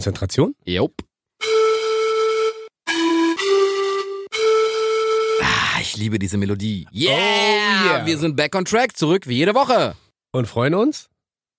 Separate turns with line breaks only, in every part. Konzentration?
Jupp. Ah, ich liebe diese Melodie. Yeah!
Oh yeah.
Wir sind back on track, zurück wie jede Woche.
Und freuen uns?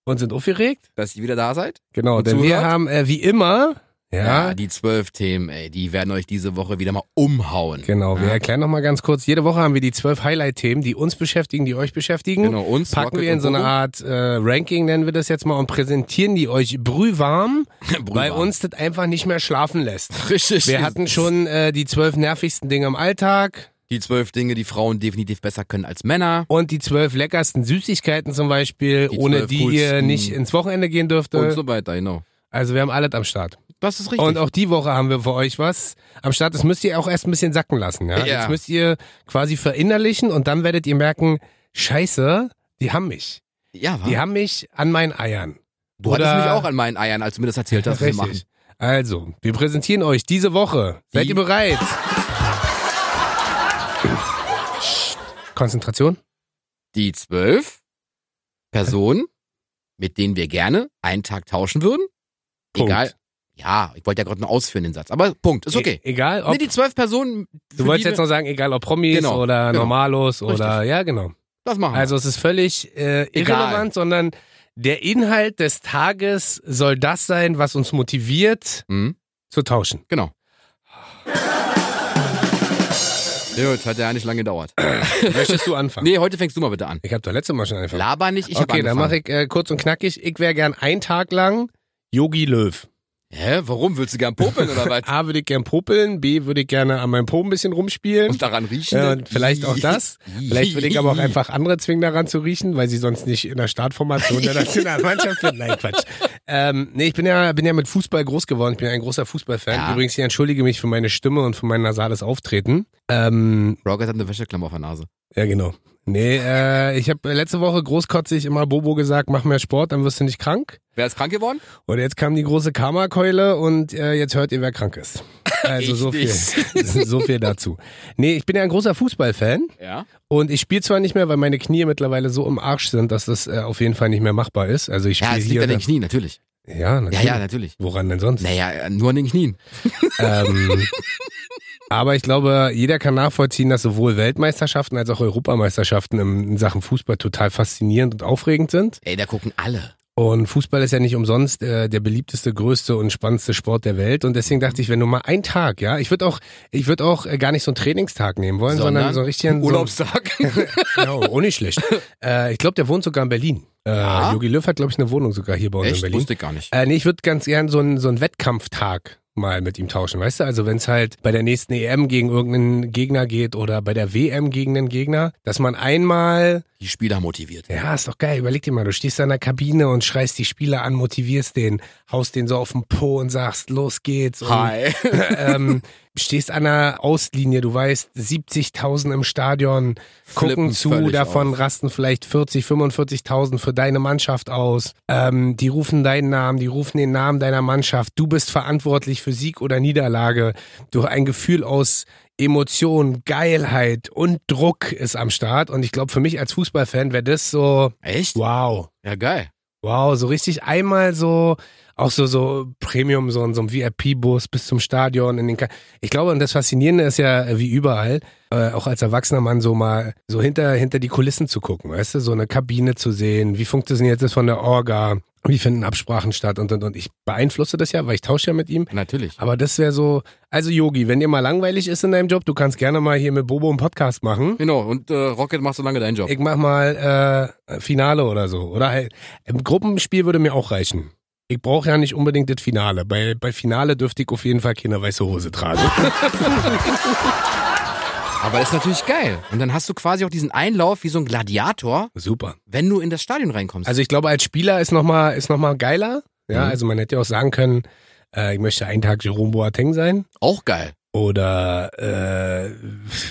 Und sind aufgeregt?
Dass ihr wieder da seid.
Genau,
Und
denn wir
zuhört?
haben äh, wie immer, ja,
die zwölf Themen, ey, die werden euch diese Woche wieder mal umhauen.
genau, wir
Ja.
erklären nochmal ganz kurz, jede Woche haben wir die zwölf Highlight-Themen, die uns beschäftigen, die euch beschäftigen.
Genau, uns
Packen
Rocket
wir in
und
so eine
Coco.
Art äh, Ranking, nennen wir das jetzt mal, und präsentieren die euch brühwarm,
Brühwarm.
weil uns das einfach nicht mehr schlafen lässt.
Richtig.
Wir hatten schon äh, die zwölf nervigsten Dinge im Alltag
die zwölf Dinge, die Frauen definitiv besser können als Männer.
und die zwölf leckersten Süßigkeiten zum Beispiel,
Die
ohne
zwölf
die ihr
coolsten.
nicht ins Wochenende gehen
Und
dürfte.
so weiter, genau.
Also wir haben alles am Start.
Das ist richtig.
Äh, Und auch die Woche haben wir für euch was am Start. Das müsst ihr auch erst ein bisschen sacken lassen. Ja?
Ja.
Jetzt müsst ihr quasi verinnerlichen und dann werdet ihr merken, scheiße, die haben mich.
ja, wa?
Die haben mich an meinen Eiern.
du hattest
oder-
mich auch an meinen Eiern, als du mir das erzählt hast, was wir machen.
Richtig. Also, wir präsentieren euch diese Woche. Seid
Die-
ihr bereit? Konzentration?
Die zwölf Personen, mit denen wir gerne einen Tag tauschen würden.
Punkt.
Egal. Ja, ich wollte ja gerade nur ausführen den Satz. Aber Punkt, ist okay.
E egal, ob,
Nee, die zwölf Personen.
du
für
wolltest
die
jetzt
wir-
noch sagen, egal ob Promis
Genau,
oder
genau.
Normalos oder,
Richtig.
ja genau.
Das machen wir.
Also es ist völlig äh,
Ah. Egal.
irrelevant, sondern der Inhalt des Tages soll das sein, was uns motiviert
Mhm.
zu tauschen.
Genau. Gut, hat ja nicht lange gedauert.
Möchtest du anfangen?
Nee, heute fängst du mal bitte an.
Ich habe doch letztes Mal schon angefangen.
Laber nicht, ich hab
okay, dann mache
angefangen.
ich äh, kurz und knackig. Ich wäre gern einen Tag lang Yogi Löw.
Hä, warum? Willst du gern popeln oder was?
A würde ich gern popeln, B würde ich gerne an meinem Po ein bisschen rumspielen.
Und daran riechen?
Ja, und vielleicht auch das. Vielleicht würde ich aber auch einfach andere zwingen, daran zu riechen, weil sie sonst nicht in der Startformation der Nationalmannschaft sind. Nein, Quatsch. Ähm, nee, ich bin ja, bin ja mit Fußball groß geworden. Ich bin ja ein großer Fußballfan.
Ja.
Übrigens, ich entschuldige mich für meine Stimme und für mein nasales Auftreten. Ähm,
Rocket hat eine Wäscheklammer auf der Nase.
ja, genau. Nee, äh, ich habe letzte Woche großkotzig immer Bobo gesagt, mach mehr Sport, dann wirst du nicht krank.
Wer ist krank geworden?
Und jetzt kam die große Karma-Keule und äh, jetzt hört ihr, wer krank ist. Also
Ich
so viel,
nicht.
so viel dazu. Nee, ich bin ja ein großer Fußballfan.
Ja.
Und ich spiele zwar nicht mehr, weil meine Knie mittlerweile so im Arsch sind, dass das äh, auf jeden Fall nicht mehr machbar ist. Also ich
Ja,
spiele
es liegt
hier.
an den Knien, natürlich.
ja,
Ja,
natürlich.
ja, natürlich.
Woran denn sonst?
Naja, nur an den Knien.
Ähm, aber ich glaube, jeder kann nachvollziehen, dass sowohl Weltmeisterschaften als auch Europameisterschaften im- in Sachen Fußball total faszinierend und aufregend sind.
Ey, da gucken alle.
Und Fußball ist ja nicht umsonst äh, der beliebteste, größte und spannendste Sport der Welt. Und deswegen dachte ich, wenn du mal einen Tag, ja, ich würde auch, ich würde auch äh, gar nicht so einen Trainingstag nehmen wollen, sondern, so einen richtigen so-
Urlaubstag.
Ja, oh, nicht schlecht. Äh, ich glaube, der wohnt sogar in Berlin. Äh,
Ja?
Jogi Löw hat, glaube ich, eine Wohnung sogar hier bei uns in
Echt?
Berlin.
Wusste ich gar nicht.
Äh, nee, ich würde ganz gern so einen, so einen Wettkampftag mal mit ihm tauschen, weißt du? Also wenn es halt bei der nächsten EM gegen irgendeinen Gegner geht oder bei der WM gegen einen Gegner, dass man einmal,
Die Spieler motiviert.
ja, ist doch geil, überleg dir mal, du stehst da in der Kabine und schreist die Spieler an, motivierst den, haust den so auf den Po und sagst, los geht's. Und
Hi.
ähm, stehst an der Auslinie, du weißt, 70.000 im Stadion gucken
Flippen
zu,
völlig
davon
aus.
rasten vielleicht 40, 45.000 für deine Mannschaft aus. Ähm, die rufen deinen Namen, die rufen den Namen deiner Mannschaft. Du bist verantwortlich für Sieg oder Niederlage. Durch ein Gefühl aus Emotion, Geilheit und Druck ist am Start. Und ich glaube, für mich als Fußballfan wäre das so,
Echt?
wow.
Ja, geil.
Wow, so richtig einmal so, auch so, so Premium, so in so einem VIP-Bus bis zum Stadion. In den Ka ich glaube, und das Faszinierende ist ja, äh, wie überall, äh, auch als erwachsener Mann so mal so hinter, hinter die Kulissen zu gucken, weißt du, so eine Kabine zu sehen, wie funktioniert das von der Orga, wie finden Absprachen statt und, und, und. Ich beeinflusse das ja, weil ich tausche ja mit ihm.
Natürlich.
Aber das wäre so, also Yogi, wenn dir mal langweilig ist in deinem Job, du kannst gerne mal hier mit Bobo einen Podcast machen.
Genau, und äh, Rocket macht so lange deinen Job.
Ich mach mal äh, Finale oder so. Oder halt, im Gruppenspiel würde mir auch reichen. Ich brauche ja nicht unbedingt das Finale. Bei, bei Finale dürfte ich auf jeden Fall keine weiße Hose tragen.
Aber ist natürlich geil. Und dann hast du quasi auch diesen Einlauf wie so ein Gladiator,
Super.
wenn du in das Stadion reinkommst.
Also ich glaube, als Spieler ist nochmal ist noch mal geiler. Ja,
Mhm.
also man hätte ja auch sagen können, äh, ich möchte einen Tag Jerome Boateng sein.
auch geil.
Oder äh,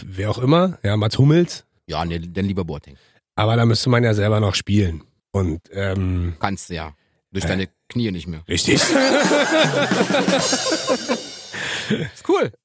wer auch immer. Ja, Mats Hummels.
Ja, nee, dann lieber Boateng.
Aber da müsste man ja selber noch spielen. Und ähm,
Kannst du ja. Durch deine Knie nicht mehr.
richtig.
Ist cool.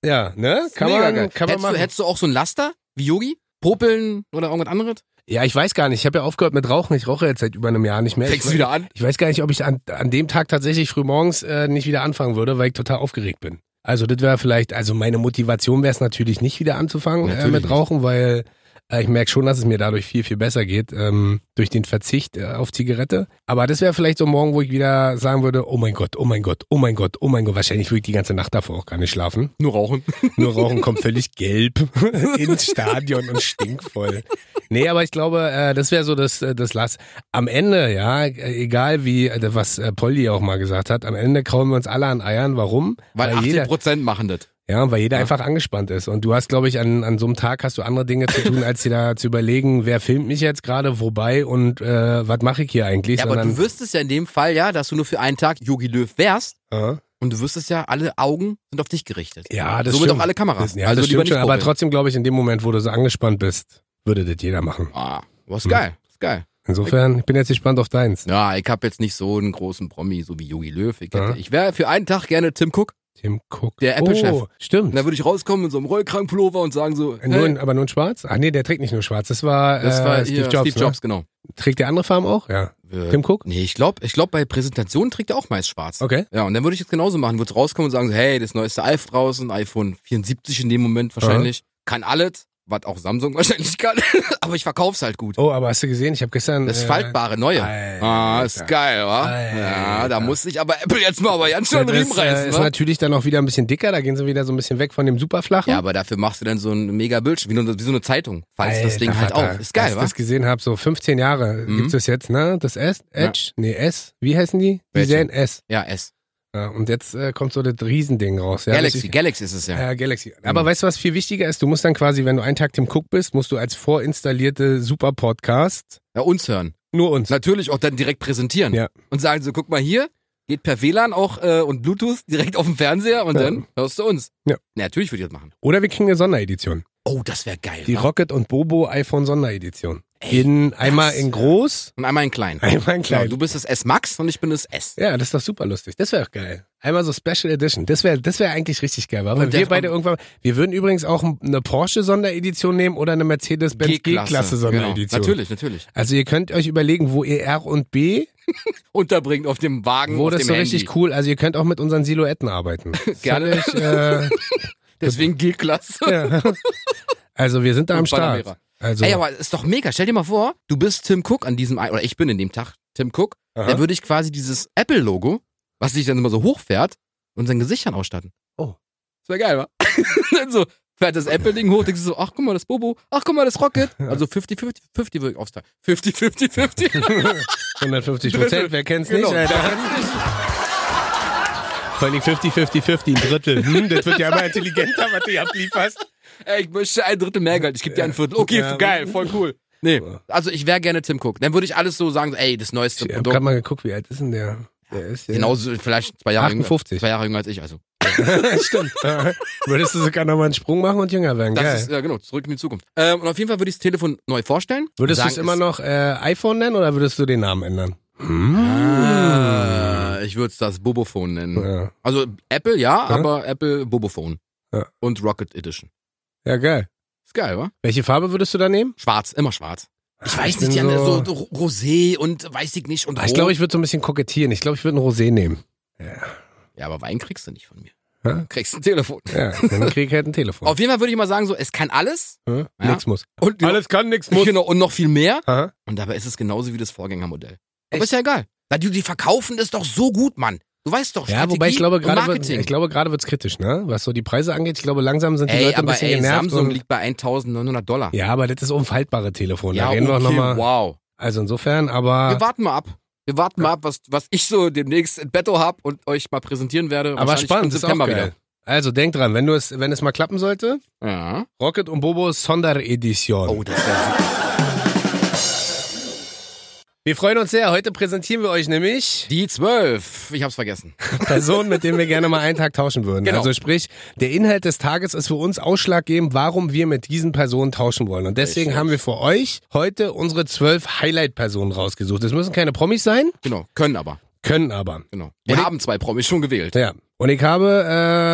Ja, ne? Kann
Mega
man,
geil.
kann man
hättest, du,
machen.
hättest du auch so ein Laster wie Yogi? Popeln oder irgendwas anderes?
Ja, ich weiß gar nicht. Ich habe ja aufgehört mit Rauchen. Ich rauche jetzt seit über einem Jahr nicht mehr.
Fängst du
ich,
wieder an?
ich weiß gar nicht, ob ich an, an dem Tag tatsächlich frühmorgens äh, nicht wieder anfangen würde, weil ich total aufgeregt bin. Also das wäre vielleicht, also meine Motivation wäre es natürlich nicht wieder anzufangen äh,
Natürlich
mit
nicht.
Rauchen, weil äh, ich merke schon, dass es mir dadurch viel, viel besser geht, ähm, durch den Verzicht äh, auf Zigarette. Aber das wäre vielleicht so morgen, wo ich wieder sagen würde, oh mein Gott, oh mein Gott, oh mein Gott, oh mein Gott. Wahrscheinlich würde ich die ganze Nacht davor auch gar nicht schlafen.
Nur rauchen.
Nur Rauchen kommt völlig gelb ins Stadion und stinkvoll. Nee, aber ich glaube, äh, das wäre so das, äh, das Lass. Am Ende, ja, äh, egal wie, äh, was äh, Polly auch mal gesagt hat, am Ende kauen wir uns alle an Eiern. Warum?
Weil
jeder,
80% machen das.
ja, weil jeder
Ja.
einfach angespannt ist. Und du hast, glaube ich, an, an so einem Tag hast du andere Dinge zu tun, als dir da zu überlegen, wer filmt mich jetzt gerade, wobei und äh, was mache ich hier eigentlich?
Ja, aber
Sondern-
du wüsstest ja in dem Fall ja, dass du nur für einen Tag Yogi Löw wärst
Ja.
und du wüsstest ja, alle Augen sind auf dich gerichtet.
ja, das
Somit
stimmt.
auch alle Kameras.
das, ja,
also
das
lieber
stimmt schon,
nicht
aber
kurbeln.
trotzdem glaube ich, in dem Moment, wo du so angespannt bist, würde das jeder machen.
Ah, was
Hm.
geil. Ist geil.
Insofern, ich bin jetzt gespannt auf deins.
Ja, ich habe jetzt nicht so einen großen Promi, so wie Yogi Löw. Ich, hätte-
Ja.
ich wäre für einen Tag gerne Tim Cook.
Tim Cook.
Der Apple-Chef.
Oh,
Und
stimmt.
dann würde ich rauskommen in so einem Rollkragenpullover und sagen so,
Äh, nur
hey,
in, aber nur in schwarz? Ach nee, der trägt nicht nur schwarz. Das war,
das
äh,
war
Steve,
hier,
Jobs,
Steve Jobs, genau.
Ne? Trägt der andere Farben auch? Ja.
Äh,
Tim Cook?
Nee, ich glaube, ich glaub, bei Präsentationen trägt er auch meist schwarz.
Okay.
Ja, und dann würde ich es genauso machen. Würde rauskommen und sagen, so, hey, das neueste iPhone draußen, iPhone 74 in dem Moment wahrscheinlich. Kann alles, was auch Samsung wahrscheinlich kann. aber ich verkauf's halt gut.
Oh, aber hast du gesehen? Ich habe gestern. äh,
Das faltbare Neue.
Alter.
ah, ist geil, wa?
Alter.
Ja, da muss ich aber Apple jetzt mal aber ganz
Das
schön Riemen
ist, äh,
reißen,
ist
wa?
natürlich dann auch wieder ein bisschen dicker. Da gehen sie wieder so ein bisschen weg von dem superflachen.
Ja, aber dafür machst du dann so ein mega Bildschirm, wie, nur- wie so eine Zeitung. Falls das
Alter,
Ding halt
Vater,
auf. Ist geil,
Als ich
wa?
das gesehen habe, so 15 Jahre
Mhm.
gibt's das jetzt, ne? Das S? Edge? Nee, S. Wie heißen die? Die
Welche?
Serien S.
Ja, S.
Ja, und jetzt äh, kommt so das Riesending raus. Ja,
Galaxy,
das-
Galaxy ist es ja. Mhm.
Ja, Äh, Galaxy. Aber weißt du, was viel wichtiger ist? Du musst dann quasi, wenn du einen Tag Tim Cook bist, musst du als vorinstallierte Super-Podcast
Ja, uns hören.
nur uns.
Natürlich auch dann direkt präsentieren.
Ja.
Und sagen so, guck mal hier, geht per WLAN auch äh, und Bluetooth direkt auf den Fernseher und
Ja.
dann hörst du uns.
Ja.
Na, natürlich würde ich das machen.
Oder wir kriegen eine Sonderedition.
Oh, das wäre geil.
Die
wa?
Rocket und Bobo iPhone Sonderedition.
Ey,
in, einmal in groß,
und einmal in klein.
einmal in
Genau,
klein.
du bist das S Max und ich bin das S.
Ja, das ist doch super lustig. Das wäre auch geil. Einmal so Special Edition. Das wäre das wäre eigentlich richtig geil. Weil
Und
wir
der-
beide irgendwann, wir würden übrigens auch eine Porsche Sonderedition nehmen oder eine Mercedes-Benz G-Klasse Sonderedition.
Genau. Natürlich, natürlich.
Also ihr könnt euch überlegen, wo ihr R und B,
Unterbringt auf dem Wagen,
wo
auf
das
dem
so
Handy.
richtig cool. Also ihr könnt auch mit unseren Silhouetten arbeiten. Das
Gerne.
fand Ich, äh,
Deswegen G-Klasse.
ja. Also wir sind da
Und Ah
am Start.
Panamera.
Also
Ey, aber ist doch mega. Stell dir mal vor, du bist Tim Cook an diesem, ein- oder ich bin in dem Tag Tim Cook.
Aha.
Dann würde ich quasi dieses Apple-Logo, was sich dann immer so hochfährt, und sein Gesicht dann ausstatten.
Oh.
Das wäre geil, wa? dann so fährt das Apple-Ding hoch, denkst du so, ach guck mal, das Bobo, ach guck mal, das Rocket. Also 50, 50, 50 würde ich aufteilen. 50, 50, 50.
150 Prozent, wer kennt's
Genau.
nicht, Alter? Vor allem 50, 50, 50, ein Drittel. Hm, das wird ja immer intelligenter, was du hier ablieferst.
Ey, ich möchte ein Drittel mehr Geld, ich gebe dir ein Viertel. Okay,
Ja.
geil, voll cool. Nee, also ich wäre gerne Tim Cook. Dann würde ich alles so sagen, so, ey, das neueste
Ich hab grad
Produkt.
mal geguckt, wie alt ist denn der? Der ist ja.
Genauso vielleicht zwei Jahre, jünger,
58.
zwei Jahre jünger als ich. Also
Stimmt. Würdest du sogar nochmal einen Sprung machen und jünger werden,
das
geil.
ist ja genau zurück in die Zukunft. Ähm, und auf jeden Fall würde ich das Telefon neu vorstellen.
würdest du
Sagen,
es immer noch äh, iPhone nennen oder würdest du den Namen ändern?
Ah, ich würde es das Bobophone nennen.
Ja.
Also Apple ja,
Ja.
aber Apple Bobophone.
Ja.
Und Rocket Edition.
ja, geil.
Ist geil, wa?
Welche Farbe würdest du da nehmen?
Schwarz, immer schwarz. Ich weiß
Ah, bin
nicht, die haben so, so ro- Rosé und weiß ich nicht und
Ah, Ich glaube, ich würde so ein bisschen kokettieren. Ich glaube, ich würde ein Rosé nehmen.
rot. Ja, aber Wein kriegst du nicht von mir.
Ja.
Kriegst ein Telefon.
Ja, dann krieg ich halt ein Telefon.
Auf jeden Fall würde ich mal sagen, so, es kann alles
Hm?
Ja.
Nix muss.
und,
Alles kann, nix muss.
genau, und noch viel mehr.
Aha.
Und dabei ist es genauso wie das Vorgängermodell. Aber
Echt?
ist ja egal. Na, Die, die verkaufen das doch so gut, Mann. Du weißt doch,
Ja,
Strategie
wobei ich glaube
und
gerade wird,
Marketing.
ich glaube gerade wird's kritisch, ne? Was so die Preise angeht, ich glaube langsam sind die
ey,
Leute ein
aber
bisschen
ey,
genervt.
Samsung
und-
liegt bei 1900 Dollar.
ja, aber das ist unfaltbare Telefon. da reden wir auch noch mal.
wow.
Also insofern, aber
Wir warten mal ab. Wir warten mal ab, was, was ich so demnächst in Betto habe und euch mal präsentieren werde.
aber
Wahrscheinlich
spannend,
im
ist auch
September
geil. Also denkt dran, wenn du es wenn es mal klappen sollte,
wieder. Ja.
Rocket und Bobo Sonderedition.
Oh, das wäre super.
Wir freuen uns sehr. Heute präsentieren wir euch nämlich
Die 12. Ich hab's vergessen.
Personen, mit denen wir gerne mal einen Tag tauschen würden.
Genau.
Also sprich, der Inhalt des Tages ist für uns ausschlaggebend, warum wir mit diesen Personen tauschen wollen. Und deswegen
Richtig.
haben wir für euch heute unsere zwölf Highlight-Personen rausgesucht. Es müssen keine Promis sein,
Genau. Können aber.
können aber.
Genau. Wir
Und ich-
haben zwei Promis schon gewählt.
Ja. Und ich habe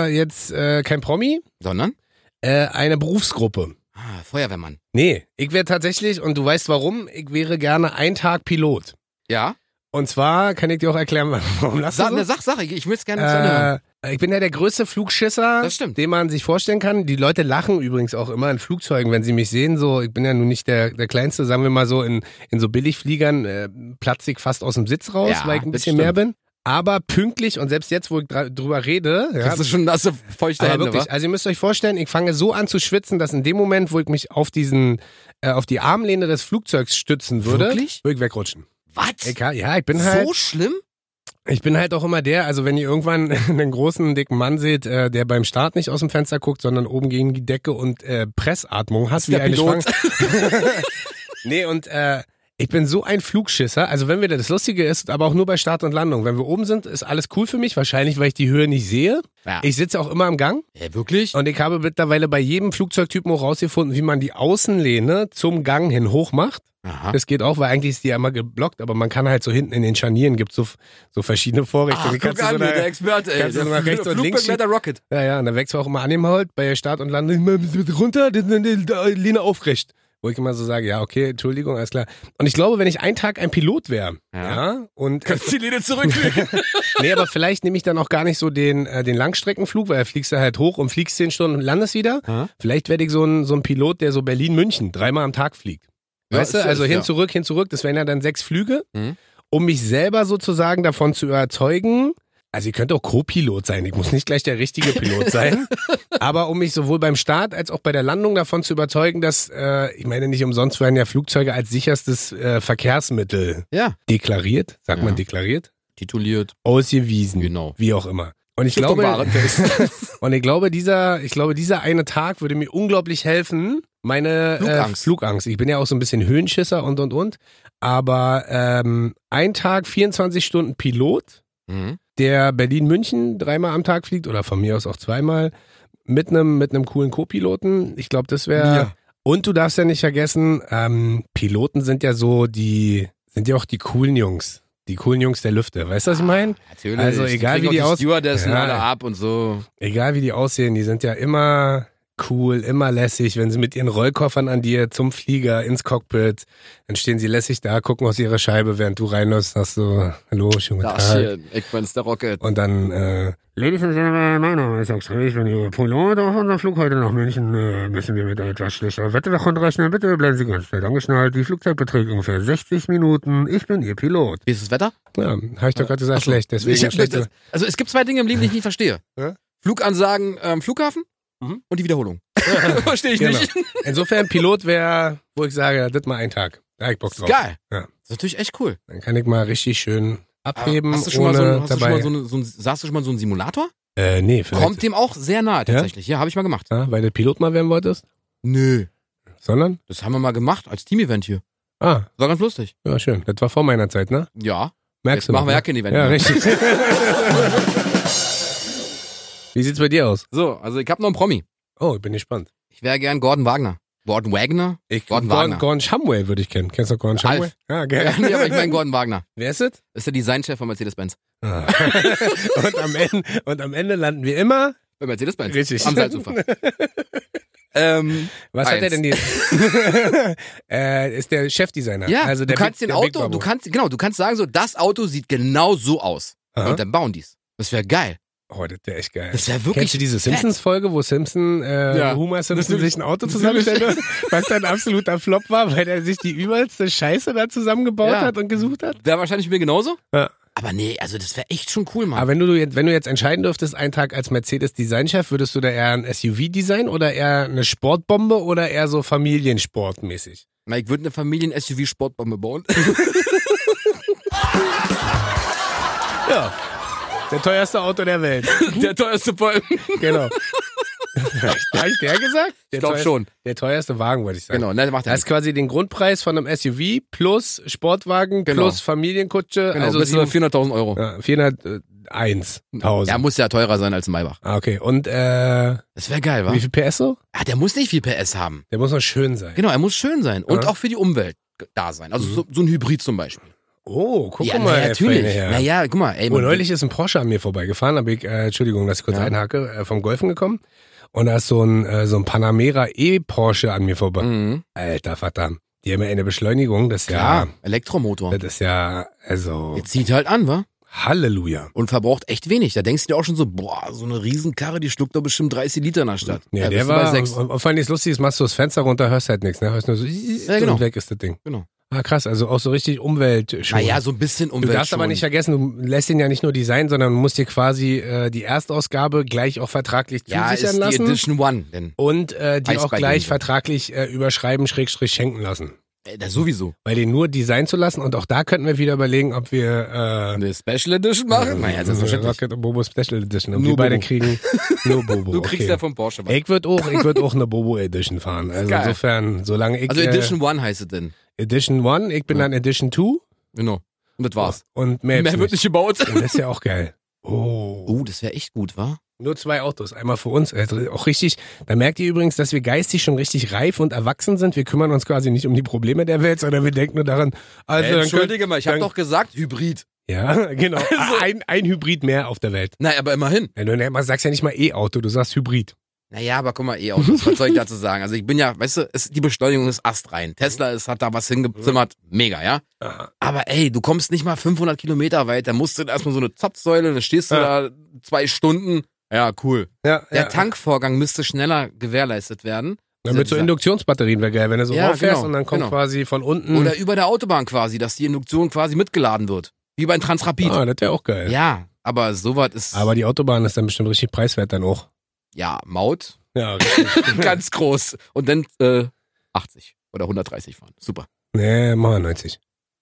äh, jetzt äh, kein Promi,
Sondern?
äh, eine Berufsgruppe.
Ah, äh, Feuerwehrmann.
Nee, ich wäre tatsächlich, und du weißt warum, ich wäre gerne ein Tag Pilot.
Ja?
Und zwar kann ich dir auch erklären, warum lass
Sag,
du
ne,
so?
sag, sag, ich, ich will es gerne zu Ende hören.
äh, ich bin ja der größte Flugschisser,
Das stimmt.
den man sich vorstellen kann. Die Leute lachen übrigens auch immer in Flugzeugen, wenn sie mich sehen. So, ich bin ja nun nicht der, der Kleinste, sagen wir mal so, in, in so Billigfliegern äh, platze ich fast aus dem Sitz raus,
Ja,
weil ich ein
das
bisschen
stimmt.
mehr bin. Aber pünktlich und selbst jetzt, wo ich dra- drüber rede, ja,
Kriegst du schon nasse, feuchte
aber
Hände,
wirklich,
wa?
also ihr müsst euch vorstellen, ich fange so an zu schwitzen, dass in dem Moment, wo ich mich auf diesen, äh, auf die Armlehne des Flugzeugs stützen würde,
Wirklich?
würde ich wegrutschen.
Was?
Ich, ha- ja, ich bin halt,
so schlimm?
ich bin halt auch immer der, also wenn ihr irgendwann einen großen, dicken Mann seht, äh, der beim Start nicht aus dem Fenster guckt, sondern oben gegen die Decke und äh, Pressatmung hat, wie
der
eine
Pilot.
Schwang- nee, und äh, ich bin so ein Flugschisser. Also wenn wir das Lustige ist, aber auch nur bei Start und Landung. Wenn wir oben sind, ist alles cool für mich. Wahrscheinlich, weil ich die Höhe nicht sehe.
Ja.
Ich Oh, sitze auch immer im Gang.
ja, wirklich?
Und ich habe mittlerweile bei jedem Flugzeugtypen auch rausgefunden, wie man die Außenlehne zum Gang hin hoch macht.
Aha.
Das geht auch, weil eigentlich ist die ja immer geblockt, aber man kann halt so hinten in den Scharnieren, gibt so, so verschiedene Vorrichtungen.
Ach,
Die kannst
Ah, guck
du so
an, hier,
nach-
der Experte, ey.
kannst du
Der
so nach rechts und links
Flugbegleiter Rocket.
ja, ja, und dann wächst du auch immer an dem Halt bei Start und Landung immer ein bisschen runter, die- die- die- die Lehne aufrecht. Wo ich immer so sage, ja, okay, Entschuldigung, alles klar. Und ich glaube, wenn ich einen Tag ein Pilot wäre, ja.
Ja.
und
Kannst die Lehne zurücklegen.
nee, aber vielleicht nehme ich dann auch gar nicht so den, äh, den Langstreckenflug, weil da fliegst du halt hoch und fliegst zehn Stunden und landest wieder.
Ja.
Vielleicht werde ich so ein, so ein Pilot, der so Berlin-München dreimal am Tag fliegt. Weißt
ist-
du, also
ist-
hin
ja.
zurück, hin zurück, das wären ja dann sechs Flüge,
Mhm.
um mich selber sozusagen davon zu überzeugen. Also ich könnte auch Co-Pilot sein, ich muss nicht gleich der richtige Pilot sein, aber um mich sowohl beim Start als auch bei der Landung davon zu überzeugen, dass, äh, ich meine nicht umsonst werden ja Flugzeuge als sicherstes äh, Verkehrsmittel
Ja.
deklariert, sagt
Ja.
man deklariert,
Tituliert.
ausgewiesen
Genau.
wie auch immer. Und ich
Gibt doch
glaube,
Warentest.
und ich glaube, dieser, ich glaube, dieser eine Tag würde mir unglaublich helfen, meine
Flugangst.
Äh, Flugangst. Ich bin ja auch so ein bisschen Höhenschisser und und und. Aber ähm, ein Tag, 24 Stunden Pilot,
Mhm.
der Berlin-München dreimal am Tag fliegt oder von mir aus auch zweimal, mit einem mit einem coolen Co-Piloten. Ich glaube, das wäre.
Ja.
Und du darfst ja nicht vergessen, ähm, Piloten sind ja so die, sind ja auch die coolen Jungs. Die coolen Jungs der Lüfte. Weißt du, was ich meine?
Natürlich.
Also egal,
kriegen
wie
auch
die aus-
Stewardessen
Ja.
alle ab und so.
egal wie die aussehen, die sind ja immer cool, immer lässig, wenn sie mit ihren Rollkoffern an dir zum Flieger ins Cockpit, dann stehen sie lässig da, gucken aus ihrer Scheibe, während du reinläufst, sagst du, hallo, schönen guten
Das
Tag.
hier, Eggman ist der Rocket.
Und dann, äh,
Ladies and Gentlemen, mein Name ist Axel Rich und Ihr Pilot auf unserem Flug heute nach München äh, müssen wir mit etwas schlechter Wetterwachhund rechnen. Bitte bleiben Sie ganz schnell angeschnallt. Die Flugzeit beträgt ungefähr 60 Minuten. Ich bin Ihr Pilot.
Wie ist das Wetter?
ja, habe ich doch gerade gesagt, schlecht, deswegen
Ich hab
schlechte-
nicht- also es gibt zwei Dinge im Leben, die ich nicht verstehe.
Ja?
Flugansagen am Flughafen
Mhm.
und die Wiederholung. Verstehe ich
Genau.
nicht.
Insofern, Pilot wäre, wo ich sage, das mal ein Tag. Da hab ich Bock
Das ist
drauf.
geil.
Ja.
Das ist natürlich echt cool.
Dann kann ich mal richtig schön abheben,
hast du schon
ohne
mal so, ein- hast du schon
dabei.
mal so, eine, so ein, saß du schon mal in so einen Simulator?
äh, nee, vielleicht.
Kommt dem auch sehr nahe tatsächlich. Ja, habe ich mal gemacht.
Ja, weil du Pilot mal werden wolltest,
Nö,
sondern,
das haben wir mal gemacht als Team-Event hier.
ah,
War ganz lustig.
ja, schön. Das war vor meiner Zeit, ne?
Ja,
Merkst
jetzt
du noch,
machen wir
ne?
ja kein Event
Ja,
mehr.
richtig. Wie sieht's bei dir aus?
So, also ich habe noch einen Promi.
Oh, ich bin gespannt.
Ich wäre gern Gordon Wagner. Gordon Wagner?
Ich,
Gordon
Gordon,
Wagner.
Gordon Shumway würde ich kennen. Kennst du Gordon
Alf.
Shumway? Ja, gell.
Ja, nee, aber ich meine Gordon Wagner.
Wer ist es?
Das ist der Designchef von Mercedes-Benz.
Ah. und, am Ende, und am Ende landen wir immer.
Bei Mercedes-Benz.
Richtig.
Am Salzufer. ähm,
Was hat er
Eins.
denn die? äh, ist der Chefdesigner.
ja,
also der
du kannst
Big,
den
der Big
Auto,
Babo.
du kannst, genau, du kannst sagen so, das Auto sieht genau so aus.
Aha.
Und dann bauen die's. Das wäre geil.
Oh, das wäre echt geil.
Das wäre
Kennst
wirklich
du diese Simpsons-Folge, wo Simpson, äh,
Ja.
Homer Simpson
Natürlich.
sich ein Auto zusammengestellt hat, was dann absoluter Flop war, weil er sich die übelste Scheiße da zusammengebaut
Ja.
hat und gesucht hat?
Wäre wahrscheinlich mir genauso.
Ja.
Aber nee, also das wäre echt schon cool, Mann.
Aber wenn du jetzt, wenn du jetzt entscheiden dürftest, einen Tag als Mercedes-Designchef, würdest du da eher ein SUV-Design oder eher eine Sportbombe oder eher so Familiensportmäßig?
Na, ich würde eine Familien-SUV-Sportbombe bauen.
Ja. Der teuerste Auto der Welt.
der teuerste Ball.
Genau. Habe ich der gesagt? Der
Ich glaube
teuerste-
schon.
Der teuerste Wagen, wollte ich sagen.
Genau, ne, macht er
Das ist quasi den Grundpreis von einem SUV plus Sportwagen
Genau.
plus Familienkutsche.
Genau,
also
also bist du bei
sieben- äh,
400.000 Euro.
ja, 401.000.
Ja, muss ja teurer sein als ein Maybach.
ah, okay. Und äh,
Das wäre geil, wa?
wie viel PS so?
Ah, der muss nicht viel PS haben.
Der muss noch schön sein.
Genau, er muss schön sein. Und
Ja.
auch für die Umwelt da sein. Also so, so ein Hybrid zum Beispiel.
Oh, guck
ja,
mal.
na,
Herr
natürlich.
Feine, ja.
Naja, guck mal, ey.
Oh,
man-
neulich ist ein Porsche an mir vorbeigefahren, da bin ich, äh, Entschuldigung, dass ich kurz
Ja.
einhacke, äh, vom Golfen gekommen. und da ist so ein, äh, so ein Panamera E-Porsche an mir vorbei.
Mhm.
Alter, verdammt. Die haben ja eine Beschleunigung, das ist ja,
Klar, Elektromotor.
das ist ja, also,
Jetzt zieht halt an, wa?
Halleluja.
Und verbraucht echt wenig. Da denkst du dir auch schon so, boah, so eine Riesenkarre, die schluckt doch bestimmt 30 Liter in der Stadt.
Ja,
Da
der
bist du
war,
bei sechs.
und, und vor allem das Lustige ist, machst du das Fenster runter, hörst halt nichts, ne? Hörst nur so, ja,
genau.
und weg ist das Ding.
Genau.
Ah, krass, also auch so richtig Umweltschutz.
Naja, so ein bisschen
Du
Umwelt.
darfst aber nicht vergessen, du lässt ihn ja nicht nur designen, sondern musst dir quasi äh, die Erstausgabe gleich auch vertraglich
ja, ist
zusichern
die
lassen
Edition One, denn
und äh, die
Eis
auch
bei
gleich
Jose.
vertraglich äh, überschreiben, schrägstrich schenken lassen.
äh, das sowieso.
Weil den nur designen zu lassen und auch da könnten wir wieder überlegen, ob wir äh,
Eine Special Edition machen? Naja, das ist wahrscheinlich.
Rocket und Bobo Special Edition. Und
Nur
wir beide
Bobo.
kriegen nur Bobo.
Du kriegst
okay.
ja vom Porsche was.
Ich würde auch, ich würd auch eine Bobo Edition fahren. Also
Geil.
insofern, solange ich
Also
äh,
Edition One heißt es denn.
Edition One, ich bin
Ja.
dann Edition Two
Genau. Und das war's.
und mehr, jetzt
Mehr wird
nicht.
nicht gebaut.
Ja, Das ist ja auch geil. Oh.
Oh, das wäre echt gut, wa?
Nur zwei Autos, einmal für uns. Also auch richtig, da merkt ihr übrigens, dass wir geistig schon richtig reif und erwachsen sind. Wir kümmern uns quasi nicht um die Probleme der Welt, sondern wir denken nur daran, also
Äh,
dann könnt,
Entschuldige mal, ich habe
dann-
doch gesagt Hybrid.
Ja, genau. Ein, ein Hybrid mehr auf der Welt.
Nein, aber immerhin.
Ja, du nenn- sagst ja nicht mal E-Auto, du sagst Hybrid.
Naja, aber guck mal, eh Autos, was soll ich dazu sagen? Also ich bin ja, weißt du, es, die Beschleunigung ist astrein. Tesla ist, hat da was hingezimmert, mega, ja?
Aha.
Aber ey, du kommst nicht mal 500 Kilometer weit, da musst du erstmal so eine Zapfsäule, dann stehst du
Ja.
da zwei Stunden. Ja, cool.
Ja,
Der
ja.
Tankvorgang müsste schneller gewährleistet werden.
Dann mit so
dieser-
Induktionsbatterien wäre geil, wenn du so
Ja,
rauffährst
genau,
und dann kommt
genau.
quasi von unten.
Oder über der Autobahn quasi, dass die Induktion quasi mitgeladen wird. Wie beim Transrapid.
ah, das wäre auch geil.
ja, aber sowas ist,
Aber die Autobahn ist dann bestimmt richtig preiswert dann auch.
ja, Maut,
Ja, richtig.
ganz groß. Und dann äh, 80 oder 130 fahren. Super.
nee, machen wir 90.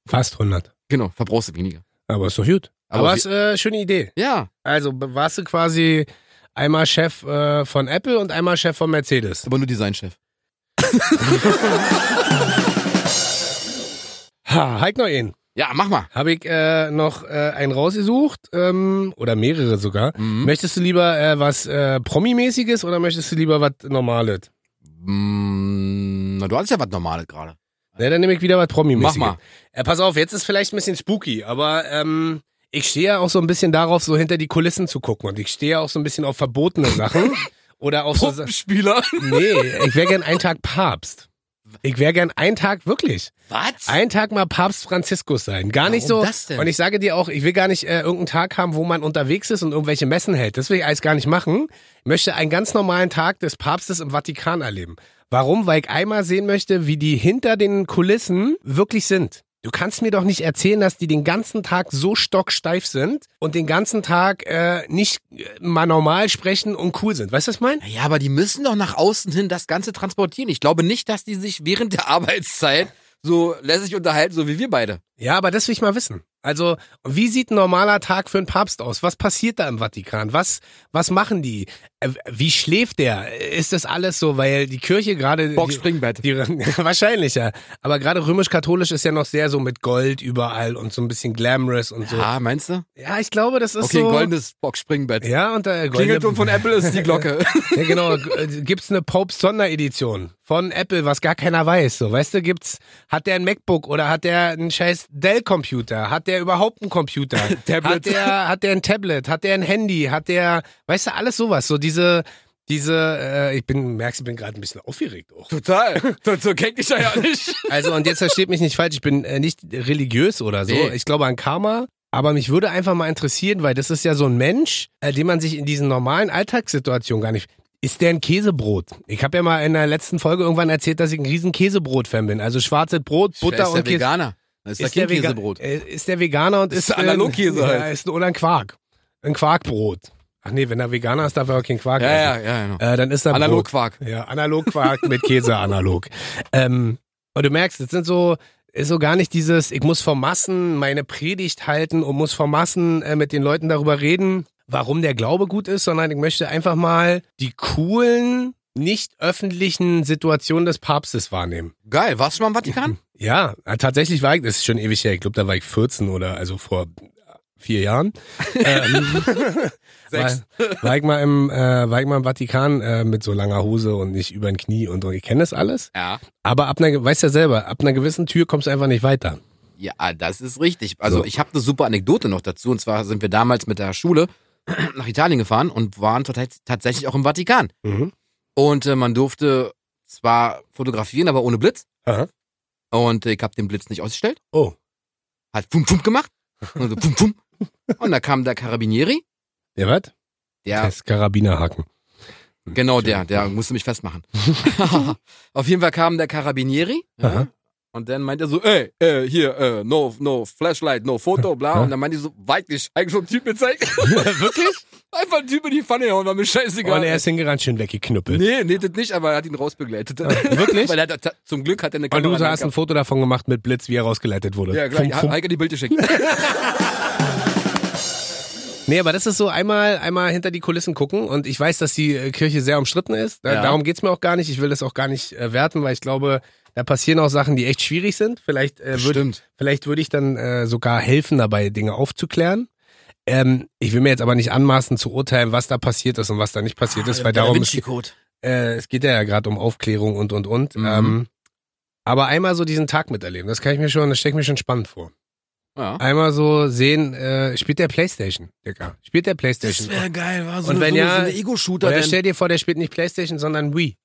Fast 100.
Genau, verbrauchst du weniger.
Aber ist doch gut. Aber,
Aber wir-
ist äh, schöne Idee.
Ja,
Also be- warst du quasi einmal Chef äh, von Apple und einmal Chef von Mercedes.
Aber nur Designchef.
Ha, halt noch einen.
Ja, mach mal.
Habe ich äh, noch äh, einen rausgesucht ähm, oder mehrere sogar.
Mhm.
Möchtest du lieber äh, was äh, Promi-mäßiges oder möchtest du lieber was Normales?
Mm, Na, du hattest ja was Normales gerade.
Ne, dann nehme ich wieder was
Mach
Promi-mäßiges.
mal.
Äh, pass auf, jetzt ist vielleicht ein bisschen spooky, aber ähm, ich stehe ja auch so ein bisschen darauf, so hinter die Kulissen zu gucken. Und ich stehe ja auch so ein bisschen auf verbotene Sachen. oder auf
Also,
so. Sa-
Puppenspieler.
Nee, ich wäre gern einen Tag Papst. Ich wäre gern einen Tag wirklich.
Was?
Einen Tag mal Papst Franziskus sein. Gar nicht
Warum
so.
das denn?
Und ich sage dir auch, ich will gar nicht äh, irgendeinen Tag haben, wo man unterwegs ist und irgendwelche Messen hält. Das will ich alles gar nicht machen. Ich möchte einen ganz normalen Tag des Papstes im Vatikan erleben. Warum? Weil ich einmal sehen möchte, wie die hinter den Kulissen wirklich sind. Du kannst mir doch nicht erzählen, dass die den ganzen Tag so stocksteif sind und den ganzen Tag äh, nicht äh, mal normal sprechen und cool sind. Weißt du, was ich meine?
Naja, aber die müssen doch nach außen hin das Ganze transportieren. Ich glaube nicht, dass die sich während der Arbeitszeit so lässig unterhalten, so wie wir beide.
Ja, aber das will ich mal wissen. Also, wie sieht ein normaler Tag für einen Papst aus? Was passiert da im Vatikan? Was, was machen die? Äh, Wie schläft der? Ist das alles so, weil die Kirche gerade.
Boxspringbett.
Die, die, wahrscheinlich, ja. Aber gerade römisch-katholisch ist ja noch sehr so mit Gold überall und so ein bisschen glamorous und so.
Ja, meinst du?
Ja, ich glaube, das ist
Okay, ein
so.
goldenes Boxspringbett.
Ja, und da goldene,
Klingelton von Apple ist die Glocke.
ja, genau. G- Gibt's eine Pope-Sonderedition von Apple, was gar keiner weiß. So, weißt du, gibt's, hat der ein MacBook oder hat der einen scheiß Dell-Computer? Hat der überhaupt einen Computer?
Tablet.
Hat der, hat der ein Tablet? Hat der ein Handy? Hat der, weißt du, alles sowas. So diese, diese, äh, ich bin, merkst, ich bin gerade ein bisschen aufgeregt auch.
Total. So, so kenn ich dich ja nicht.
Also, und jetzt versteht mich nicht falsch, ich bin äh, nicht religiös oder so.
Nee.
Ich glaube an Karma. Aber mich würde einfach mal interessieren, weil das ist ja so ein Mensch, äh, den man sich in diesen normalen Alltagssituationen gar nicht. Ist der ein Käsebrot? Ich habe ja mal in der letzten Folge irgendwann erzählt, dass ich ein riesen Käsebrot-Fan bin. Also schwarzes Brot,
Wer
Butter
ist der
und Käse.
Veganer. Das ist, ist der
Vega-
Käsebrot.
Äh, ist der Veganer und
Ist
ist,
der Analogkäse
ein,
halt.
ja, ist ein, oder ein Quark. Ein Quarkbrot. Ach nee, wenn er Veganer ist, darf er auch kein Quark
Ja,
essen.
ja, ja. Genau.
Äh, dann ist er Brot.
Analogquark.
Ja, analog Quark mit Käse analog. Ähm, und du merkst, es sind so, ist so gar nicht dieses, ich muss vor Massen meine Predigt halten und muss vor Massen äh, mit den Leuten darüber reden, warum der Glaube gut ist, sondern ich möchte einfach mal die coolen, nicht öffentlichen Situationen des Papstes wahrnehmen.
Geil. Warst du schon mal im Vatikan?
Ja, äh, tatsächlich war ich, das ist schon ewig her, ich glaube, da war ich 14 oder also vor vier Jahren. ähm,
Sechs.
War, war, ich mal im, äh, war ich mal im Vatikan äh, mit so langer Hose und nicht über den Knie und so. Ich kenne das alles.
Ja.
Aber ab einer, ge- weißt ja selber, ab einer gewissen Tür kommst du einfach nicht weiter.
Ja, ah, das ist richtig. Also
So.
ich habe eine super Anekdote noch dazu. Und zwar sind wir damals mit der Schule nach Italien gefahren und waren tats- tatsächlich auch im Vatikan. Und äh, man durfte zwar fotografieren, aber ohne Blitz.
Aha.
Und äh, ich habe den Blitz nicht ausgestellt.
Oh.
Hat Pum Pum gemacht. Und, so pum, pum. und da kam der Karabinieri.
Der was?
Der,
Das Karabinerhaken.
genau der, der musste mich festmachen. Auf jeden Fall kam der Karabinieri.
Aha.
Ja, und dann meint er so, ey, äh, hier, äh, no, no, Flashlight, no Foto, bla. Und dann meint er so, weit nicht, eigentlich vom Typ gezeigt.
Wirklich?
Einfach einen Typ in die Pfanne hauen, war mir scheißegal. Äh,
Und er ist hingerannt, schön weggeknüppelt.
Nee, nee, das nicht, aber er hat ihn rausbegleitet.
Ah, wirklich?
Weil er hat, zum Glück hat er eine
Und
Kamera.
du
in der
hast ein
Hand
Foto davon gemacht mit Blitz, wie er rausgeleitet wurde.
gehabt. Ja,
Fum,
gleich.
fum.
Heike die Bild geschickt.
Nee, aber das ist so einmal, einmal hinter die Kulissen gucken und ich weiß, dass die äh, Kirche sehr umstritten ist. Da,
Ja.
Darum geht's mir auch gar nicht. Ich will das auch gar nicht äh, werten, weil ich glaube, da passieren auch Sachen, die echt schwierig sind. Vielleicht äh, würde
Stimmt.
vielleicht würd ich dann äh, sogar helfen dabei, Dinge aufzuklären. Ähm, ich will mir jetzt aber nicht anmaßen zu urteilen, was da passiert ist und was da nicht passiert
Ah,
ist, weil darum ist,
Code.
äh, es geht ja gerade um Aufklärung und und und.
Mhm.
Ähm, aber einmal so diesen Tag miterleben, das kann ich mir schon, das stelle ich mir schon spannend vor.
Ja.
Einmal so sehen, äh, spielt der Playstation, Digga. Spielt der Playstation.
wäre geil, war
Und wenn ja-
Ego-Shooter.
Oder
denn-
stell dir vor, der spielt nicht Playstation, sondern Wii.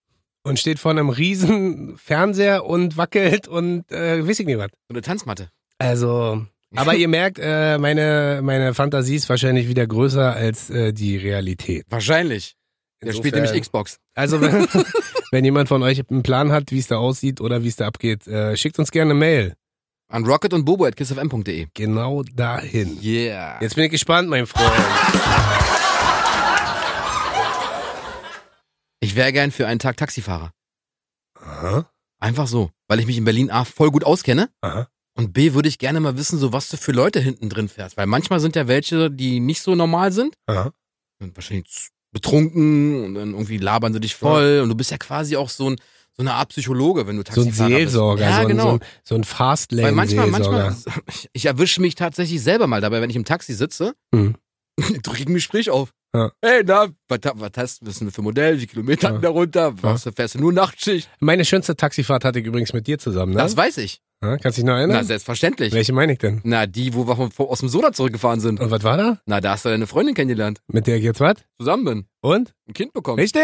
Und steht vor einem riesen Fernseher und wackelt und äh, weiß ich nicht was.
So eine Tanzmatte.
Also, aber ihr merkt, äh, meine, meine Fantasie ist wahrscheinlich wieder größer als äh, die Realität.
Wahrscheinlich. Der spielt
Insofern-
nämlich Xbox.
Also, wenn, wenn jemand von euch einen Plan hat, wie es da aussieht oder wie es da abgeht, äh, schickt uns gerne eine Mail.
An rocket und bobo at kissfm.de.
Genau dahin.
Yeah.
Jetzt bin ich gespannt, mein Freund.
Ich wäre gern für einen Tag Taxifahrer.
Aha,
Einfach so. Weil ich mich in Berlin A voll gut auskenne.
aha.
Und B würde ich gerne mal wissen, so was du für Leute hinten drin fährst. Weil manchmal sind ja welche, die nicht so normal sind.
Aha.
und wahrscheinlich z- betrunken und dann irgendwie labern sie dich voll und du bist ja quasi auch so ein so eine Art Psychologe, wenn du
So ein
Taxifahrer
Seelsorger,
bist.
so
Ja,
ein,
genau.
so ein, so ein
Weil manchmal,
Fastlane-Seelsorger.
manchmal, ich, ich erwische mich tatsächlich selber mal dabei, wenn ich im Taxi sitze,
Mhm.
drücke ich ein Gespräch auf.
Ja.
Hey, na, was, ha- was hast du was denn für Modell, wie Kilometer
Ja.
hatten darunter, machst du, fährst du nur Nachtschicht?
Meine schönste Taxifahrt hatte ich übrigens mit dir zusammen, ne?
Das weiß ich.
Ja, kannst du dich noch
Na,
erinnern?
selbstverständlich.
Welche meine ich denn?
Na, die, wo wir von, von- aus dem Soda zurückgefahren sind.
Und was war da?
Na, da hast du deine Freundin kennengelernt,
Mit der ich jetzt was?
zusammen bin,
Und?
ein Kind bekommen.
Richtig!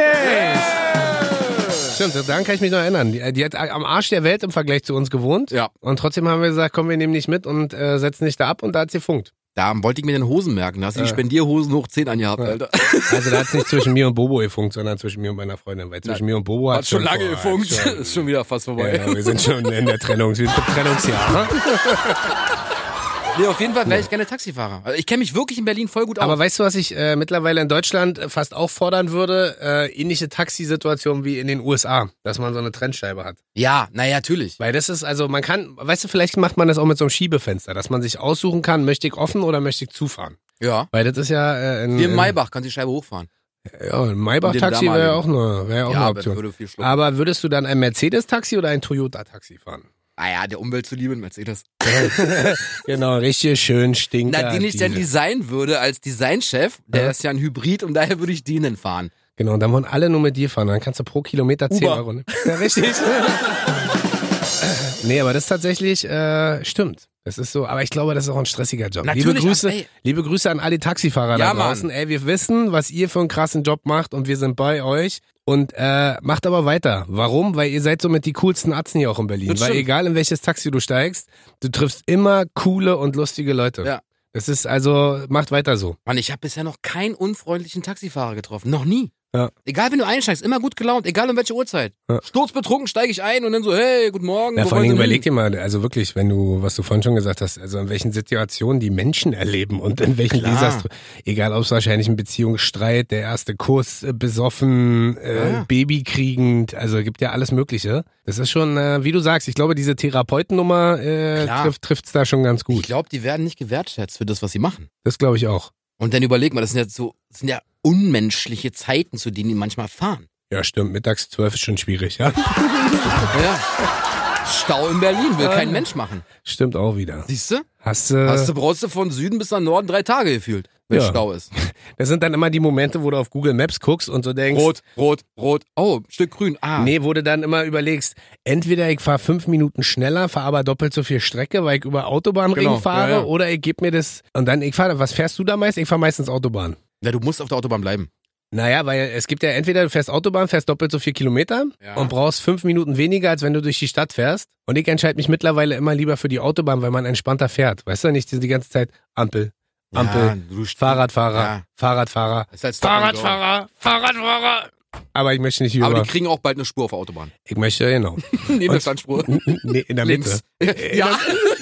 Stimmt, daran kann ich mich noch erinnern. Die, die hat am Arsch der Welt im Vergleich zu uns gewohnt.
Ja.
Und trotzdem haben wir gesagt, komm, wir nehmen dich mit und äh, setzen dich da ab und da hat sie funkt.
Da wollte ich mir den Hosen merken. Da hast du die
Ja.
Spendierhosen hoch 10 angehabt,
Ja.
Alter.
Also da hat es nicht zwischen mir und Bobo gefunkt, sondern zwischen mir und meiner Freundin. Weil zwischen mir und Bobo hat
Hat schon lange gefunkt. Ist schon wieder fast vorbei.
Ja, genau, wir sind schon in der Trennung, wir sind im Trennungsjahr. ne?
Nee, auf jeden Fall wäre ich gerne Taxifahrer. Also ich kenne mich wirklich in Berlin voll gut aus.
Aber weißt du, was ich äh, mittlerweile in Deutschland äh, fast auch fordern würde? Äh, ähnliche Taxisituation wie in den USA, dass man so eine Trennscheibe hat.
ja, naja, natürlich.
Weil das ist, also man kann, weißt du, vielleicht macht man das auch mit so einem Schiebefenster, dass man sich aussuchen kann, möchte ich offen oder möchte ich zufahren.
Ja.
Weil das ist ja äh, in,
Hier in
in-
Maybach kannst du die Scheibe hochfahren.
Ja, ein Maybach-Taxi
In dem
wäre ja auch
damaligen.
eine, wär ja auch
ja,
eine
aber das
Option.
würde viel schlucken.
Aber würdest du dann ein Mercedes-Taxi oder ein Toyota-Taxi fahren?
Ah ja, der Umwelt zuliebe in Mercedes.
Genau, richtig schön stinkt.
Na, den ich dann designen würde als Designchef, der
Ja.
ist ja ein Hybrid und daher würde ich denen fahren.
Genau, dann wollen alle nur mit dir fahren. Dann kannst du pro Kilometer 10
Uber.
Euro. Ne? Ja, richtig. nee, aber das ist tatsächlich äh, stimmt. Das ist so, aber ich glaube, das ist auch ein stressiger Job. liebe
Natürlich,
Grüße,
ach, ey.
liebe Grüße an alle Taxifahrer
Ja,
da draußen. Ey, wir wissen, was ihr für einen krassen Job macht und wir sind bei euch. Und äh, macht aber weiter. Warum? Weil ihr seid somit die coolsten Atzen hier auch in Berlin.
Das
Weil
stimmt.
egal in welches Taxi du steigst, du triffst immer coole und lustige Leute.
Ja.
Das ist also, macht weiter so.
Mann, ich habe bisher noch keinen unfreundlichen Taxifahrer getroffen. Noch nie.
Ja.
Egal, wenn du einsteigst, immer gut gelaunt, egal um welche Uhrzeit.
Ja.
Sturzbetrunken steige ich ein und dann so, hey, guten Morgen.
Na,
wo
vor allen Dingen
wollen Sie hin?
überleg dir mal, also wirklich, wenn du, was du vorhin schon gesagt hast, also in welchen Situationen die Menschen erleben und in welchen
Klar.
Desaster. Egal, ob es wahrscheinlich ein Beziehungsstreit, der erste Kuss, äh, besoffen, äh,
Ja.
Baby kriegend, also gibt ja alles Mögliche. Das ist schon, äh, wie du sagst, ich glaube, diese Therapeutennummer äh,
Klar.
trifft trifft's da schon ganz
Ich
gut.
glaube, die werden nicht gewertschätzt für das, was sie machen.
Das glaube ich auch.
Und dann überleg mal, das sind ja so, das sind ja unmenschliche Zeiten, zu denen die manchmal fahren.
Ja, stimmt. Mittags zwölf ist schon schwierig, ja.
Ja. Stau in Berlin will kein
Ja.
Mensch machen.
Stimmt auch wieder.
Siehst du?
Hast, äh,
Hast du brauchst du von Süden bis nach Norden drei Tage gefühlt, wenn
Ja.
Stau ist.
Das sind dann immer die Momente, wo du auf Google Maps guckst und so denkst,
Rot, rot, rot. Oh, ein Stück grün. Ah.
Nee, wo du dann immer überlegst, entweder ich fahre fünf Minuten schneller, fahre aber doppelt so viel Strecke, weil ich über Autobahnring
Genau,
fahre,
ja, ja.
oder ich gebe mir das und dann, ich fahre, was fährst du da meist? Ich fahre meistens Autobahn.
Ja, du musst auf der Autobahn bleiben.
Naja, weil es gibt ja entweder du fährst Autobahn, fährst doppelt so viel Kilometer
Ja.
und brauchst fünf Minuten weniger, als wenn du durch die Stadt fährst. Und ich entscheide mich mittlerweile immer lieber für die Autobahn, weil man entspannter fährt. Weißt du nicht, diese die ganze Zeit Ampel, Ampel,
Ja, du st-
Fahrradfahrer,
Ja.
Fahrradfahrer,
Das ist halt Stop and Go.
Fahrradfahrer, Fahrradfahrer. Aber ich möchte nicht
Aber
über.
die kriegen auch bald eine Spur auf der Autobahn.
Ich möchte, genau.
Nebelstandspur.
nee, in der Mitte.
Links. Ja,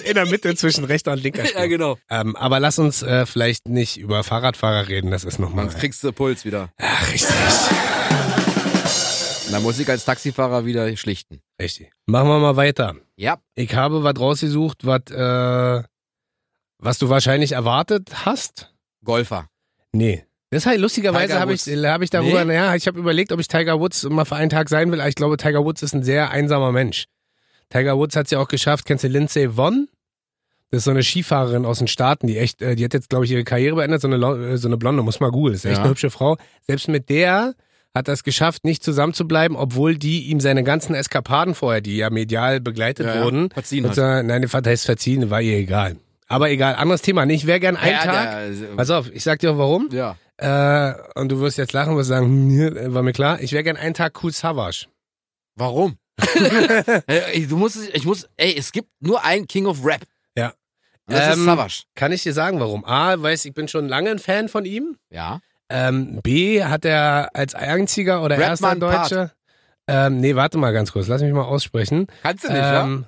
In der Mitte zwischen rechter und linker Spur.
ja, genau.
ähm, aber lass uns äh, vielleicht nicht über Fahrradfahrer reden, das ist nochmal.
Sonst kriegst du Puls wieder.
Ach, richtig.
Dann muss ich als Taxifahrer wieder schlichten.
Richtig. Machen wir mal weiter.
Ja,
Ich habe was rausgesucht, was, äh, was du wahrscheinlich erwartet hast.
Golfer.
Nee. Das halt lustigerweise
Tiger
habe ich, äh,
Woods.
hab ich darüber,
Nee?
naja, ich habe überlegt, ob ich Tiger Woods mal für einen Tag sein will, aber ich glaube, Tiger Woods ist ein sehr einsamer Mensch. Tiger Woods hat es ja auch geschafft, kennst du Lindsay Vonn? Das ist so eine Skifahrerin aus den Staaten, die echt, äh, die hat jetzt, glaube ich, ihre Karriere beendet, so eine, Lo- äh, so eine Blonde, muss mal googeln, ist echt
Ja.
eine hübsche Frau. Selbst mit der hat das geschafft, nicht zusammenzubleiben, obwohl die ihm seine ganzen Eskapaden vorher, die ja medial begleitet wurden,
Verziehen halt.
und
hat.
zwar, nein, das heißt verziehen, war ihr egal. Aber egal, anderes Thema. Nee, ich wäre gern einen
ja,
Tag.
Der,
Pass auf, ich sag dir auch warum.
ja.
Äh, und du wirst jetzt lachen und wirst sagen, hm, hier, war mir klar. Ich wäre gern einen Tag cool Savage.
Warum? Äh, ich- du musst, es- ich muss, ey, es gibt nur einen King of Rap.
Ja.
Und Das
Ähm,
ist Savage.
Kann ich dir sagen, warum? A, weiß ich bin schon lange ein Fan von ihm.
Ja.
Ähm, B, hat er als einziger oder
Rapman
erster
Part.
Deutscher. Ähm, nee, warte mal ganz kurz, lass mich mal aussprechen.
Kannst du nicht, ja?
Ähm,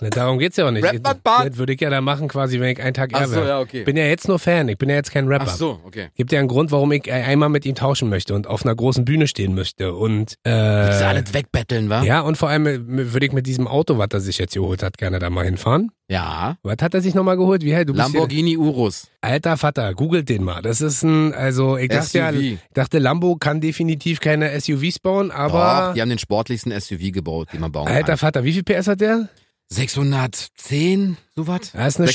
ne, darum geht's ja auch nicht.
Rapman Part.
Das würde ich ja da machen, quasi, wenn ich einen Tag
Ach
er
so,
wäre.
ja, okay.
Bin ja jetzt nur Fan, ich bin ja jetzt kein Rapper.
Ach so, okay.
Gibt ja einen Grund, warum ich äh, einmal mit ihm tauschen möchte und auf einer großen Bühne stehen möchte. Und
Willst du
äh,
alles wegbetteln, wa?
ja, und vor allem äh, würde ich mit diesem Auto, was er sich jetzt geholt hat, gerne da mal hinfahren.
Ja.
Was hat er sich nochmal geholt? Wie hey, du bist
Lamborghini Urus.
Hier, alter Vater, googelt den mal. Das ist ein, also ich dachte ja,
SUV.
dachte, Lambo kann definitiv keine SUVs bauen,
Doch, Oh,
aber
die haben den sportlichsten SUV gebaut, den man bauen
alter
kann.
Vater, wie viel PS hat der?
610, sowas?
Das ist eine
630,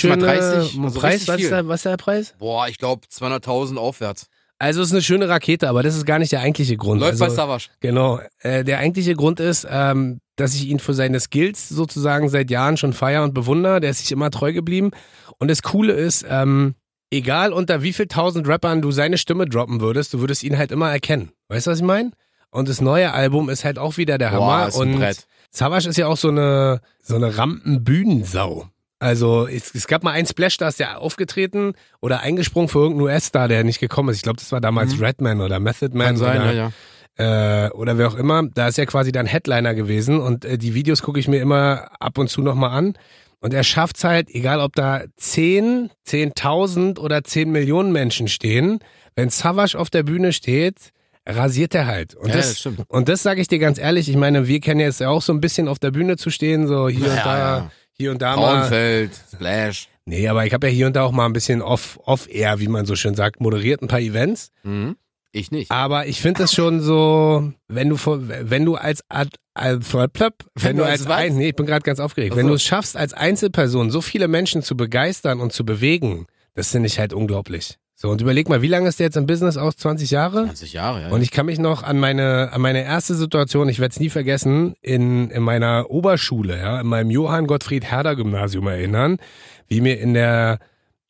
schöne
also
Preis,
richtig
was
viel.
ist, der, was ist der Preis?
Boah, ich glaube 200.000 aufwärts.
Also ist eine schöne Rakete, aber das ist gar nicht der eigentliche Grund.
Läuft
also,
bei Savage.
Genau. Äh, der eigentliche Grund ist, ähm, dass ich ihn für seine Skills sozusagen seit Jahren schon feier und bewundere. Der ist sich immer treu geblieben. Und das Coole ist, ähm, egal unter wie viel tausend Rappern du seine Stimme droppen würdest, du würdest ihn halt immer erkennen. Weißt du, was ich meine? Und das neue Album ist halt auch wieder der Hammer.
Boah, ist ein
und
Brett.
Savage ist ja auch so eine, so eine Rampenbühnensau. Also es, es gab mal einen Splash, da ist der aufgetreten oder eingesprungen für irgendeinen US-Star, der nicht gekommen ist. Ich glaube, das war damals
Mhm.
Redman oder Method Man
Kann sein,
oder
ja, ja.
äh, oder wer auch immer, da ist ja quasi dann Headliner gewesen und äh, die Videos gucke ich mir immer ab und zu nochmal an. Und er schafft's halt, egal ob da 10, 10.000 oder 10 Millionen Menschen stehen, wenn Savage auf der Bühne steht, rasiert er halt. Und
Ja,
das,
das stimmt.
Und das sage ich dir ganz ehrlich, ich meine, wir kennen jetzt ja auch so ein bisschen auf der Bühne zu stehen, so hier und
Ja,
da,
ja.
hier und da mal.
Frauenfeld, Splash.
Nee, aber ich habe ja hier und da auch mal ein bisschen off, off-air, wie man so schön sagt, moderiert ein paar Events.
Mhm. Ich nicht.
Aber ich finde es schon so, wenn du vor- wenn du als Ad, als, plöpp, plöpp, wenn, du als
was?
ein, nee, ich bin gerade ganz aufgeregt,
Ach
wenn
so.
du es schaffst als Einzelperson so viele Menschen zu begeistern und zu bewegen, das finde ich halt unglaublich. So und überleg mal, wie lange ist der jetzt im Business aus 20 Jahre?
20 Jahre, ja.
Und ich kann mich noch an meine an meine erste Situation, ich werde es nie vergessen, in in meiner Oberschule, ja, in meinem Johann Gottfried Herder Gymnasium erinnern, wie mir in der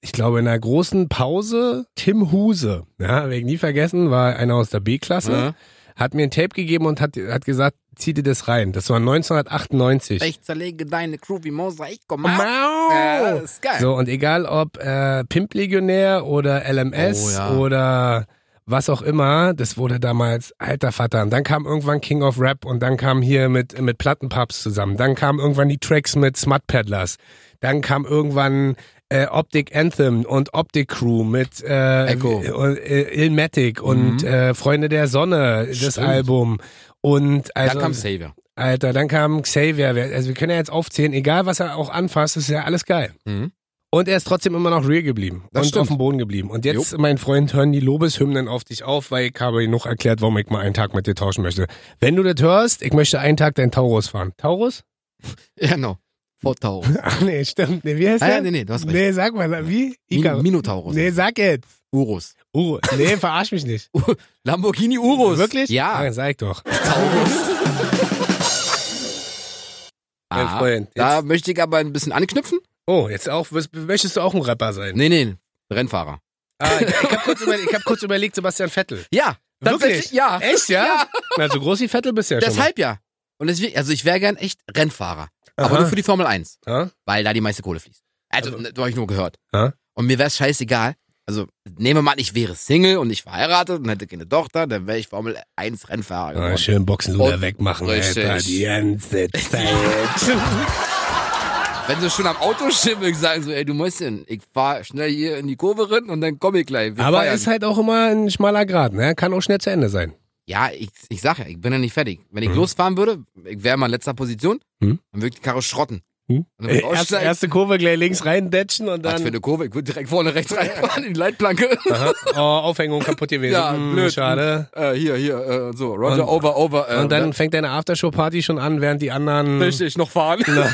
ich glaube, in der großen Pause Tim Huse, ja, werde ich nie vergessen, war einer aus der B-Klasse
ja.
hat mir ein Tape gegeben und hat, hat gesagt, zieh dir das rein. Das war 1998.
Ich zerlege deine Crew wie Mosaik. Komm mal. Ja,
Mau!
das ist geil.
So, und egal ob äh, Pimp Legionär oder LMS
Oh, ja.
oder was auch immer, das wurde damals alter Vater. Und dann kam irgendwann King of Rap und dann kam hier mit, mit Plattenpubs zusammen. Dann kamen irgendwann die Tracks mit Smut Peddlers. Dann kam irgendwann äh, Optic Anthem und Optic Crew mit äh,
Echo. Mhm.
und, äh, Illmatic und äh, Freunde der Sonne, das
Stimmt.
Album. Und also,
Dann kam Savior.
Alter, dann kam Xavier. Wer- Also wir können ja jetzt aufzählen, egal was er auch anfasst, ist ja alles geil.
Mhm.
Und er ist trotzdem immer noch real geblieben
Das
und
stimmt.
auf dem Boden geblieben. Und jetzt, mein Freund, hören die Lobeshymnen auf dich auf, weil ich habe genug erklärt, warum ich mal einen Tag mit dir tauschen möchte. Wenn du das hörst, ich möchte einen Tag deinen Taurus fahren. Taurus?
Ja, genau. Vortaurus.
Ach nee, stimmt. Nee, wie heißt
Ah,
der?
ja, nee, nee, du hast recht.
nee, sag mal, wie?
Min
Icarus.
Minotaurus.
Nee, sag jetzt.
Urus.
Uro. Nee, verarsch mich nicht.
Lamborghini Urus.
Wirklich?
Ja.
Ah, sag ich doch. Mein
Ah,
Freund. Jetzt.
Da möchte ich aber ein bisschen anknüpfen.
Oh, jetzt auch. wirst- Möchtest du auch ein Rapper sein?
Nee, nee. Rennfahrer.
Ah, ich ich habe kurz, überle ich hab kurz überlegt, Sebastian Vettel.
Ja. Tatsächlich,
Wirklich?
ja.
Echt, ja?
Ja.
Na, so groß wie Vettel bist du ja schon.
Deshalb ja. Und deswegen, also ich wäre gern echt Rennfahrer.
mal.
Aber
Aha.
nur für die Formel 1,
Ja?
weil da die meiste Kohle fließt. Also,
Also-
das habe ich nur gehört.
Ja?
Und mir wäre es scheißegal. Also, nehmen wir mal an, ich wäre Single und ich verheiratet und hätte keine Tochter, dann wäre ich Formel 1 Rennfahrer
Ah,
geworden.
schön Boxenluder
Und-
wegmachen,
Richtig.
Alter. Die ganze Zeit.
Wenn sie schon am Auto schimmeln, sagen so, ey, du Mäuschen, ich fahr schnell hier in die Kurve rein und dann komm ich gleich. Wir
Aber
feiern.
ist halt auch immer ein schmaler Grad, ne? Kann auch schnell zu Ende sein.
Ja, ich, ich sag ja, ich bin ja nicht fertig. Wenn ich
Mhm.
losfahren würde, ich wäre mal in letzter Position,
Hm.
dann würde ich die Karre schrotten.
Hm?
Dann würde ich
Erste,
aussteigen.
erste Kurve gleich links reindetschen und
Was für
dann
eine Kurve, ich würde direkt vorne rechts reinfahren in die Leitplanke.
Aha. oh, Aufhängung kaputt gewesen.
Ja,
Hm,
blöd.
Schade.
äh, hier, hier, äh, so, Roger,
Und-
over, over. Äh,
Und dann fängt deine Aftershow-Party schon an, während die anderen
dann möchte ich noch fahren.
nach,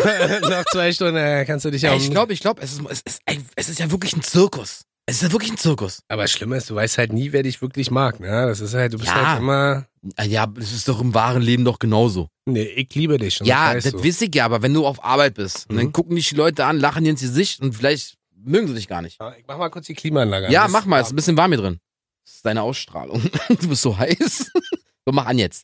nach zwei Stunden äh, kannst du dich ja
Ey,
um.
ich glaube, ich glaube, es ist, es, ist ein, es ist ja wirklich ein Zirkus. Es ist ja wirklich ein Zirkus.
Aber das Schlimme ist, du weißt halt nie, wer dich wirklich mag. Ne? Das ist halt, du bist
Ja.
halt immer.
Ah Ja, das ist doch im wahren Leben doch genauso.
Nee, ich liebe dich. und
ja,
weißt
das
du.
wiss ich ja, aber wenn du auf Arbeit bist, und
Mhm.
dann gucken dich die Leute an, lachen dir ins Gesicht und vielleicht mögen sie dich gar nicht.
Ja, Ich mach mal kurz die Klimaanlage an.
Ja,
Das-
mach mal, ist ein bisschen warm hier drin. Das ist deine Ausstrahlung. Du bist so heiß. So, mach an jetzt.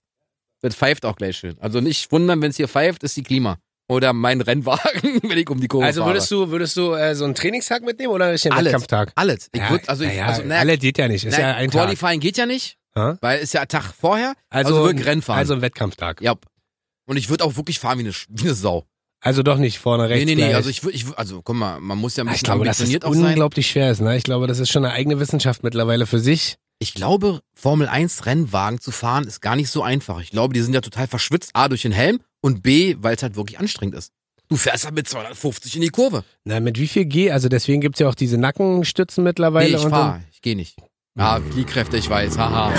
Das pfeift auch gleich schön. Also nicht wundern, wenn es hier pfeift, ist die Klima. Oder mein Rennwagen, wenn ich um die Kurve
Also
fahre.
würdest du, würdest du äh, so einen Trainingstag mitnehmen oder einen
Alles.
Wettkampftag?
Alles. Ich würd, also, ich,
naja,
also naja,
alle geht ja nicht. Ist
naja,
ja ein Tag.
Qualifying geht ja nicht,
Ha?
weil ist ja ein Tag vorher. Also, also wirklich Rennfahren.
Also ein Wettkampftag.
ja. Und ich würde auch wirklich fahren wie eine, Sch- wie eine Sau.
Also doch nicht vorne rechts.
nee, nee, nee.
gleich. Ah,
Also ich würde, ich, würd- also guck mal, man muss ja ein
ich
bisschen
glaube, dass es
ambitioniert auch sein.
unglaublich schwer ist. Ne? Ich glaube, das ist schon eine eigene Wissenschaft mittlerweile für sich.
Ich glaube, Formel 1 Rennwagen zu fahren ist gar nicht so einfach. Ich glaube, die sind ja total verschwitzt. A, durch den Helm und B, weil es halt wirklich anstrengend ist. Du fährst halt mit 250 in die Kurve.
Na, mit wie viel G? Also deswegen gibt's ja auch diese Nackenstützen mittlerweile.
nee, ich
und
fahr. Ich gehe nicht. Ah, Fliehkräfte, ich weiß. Haha.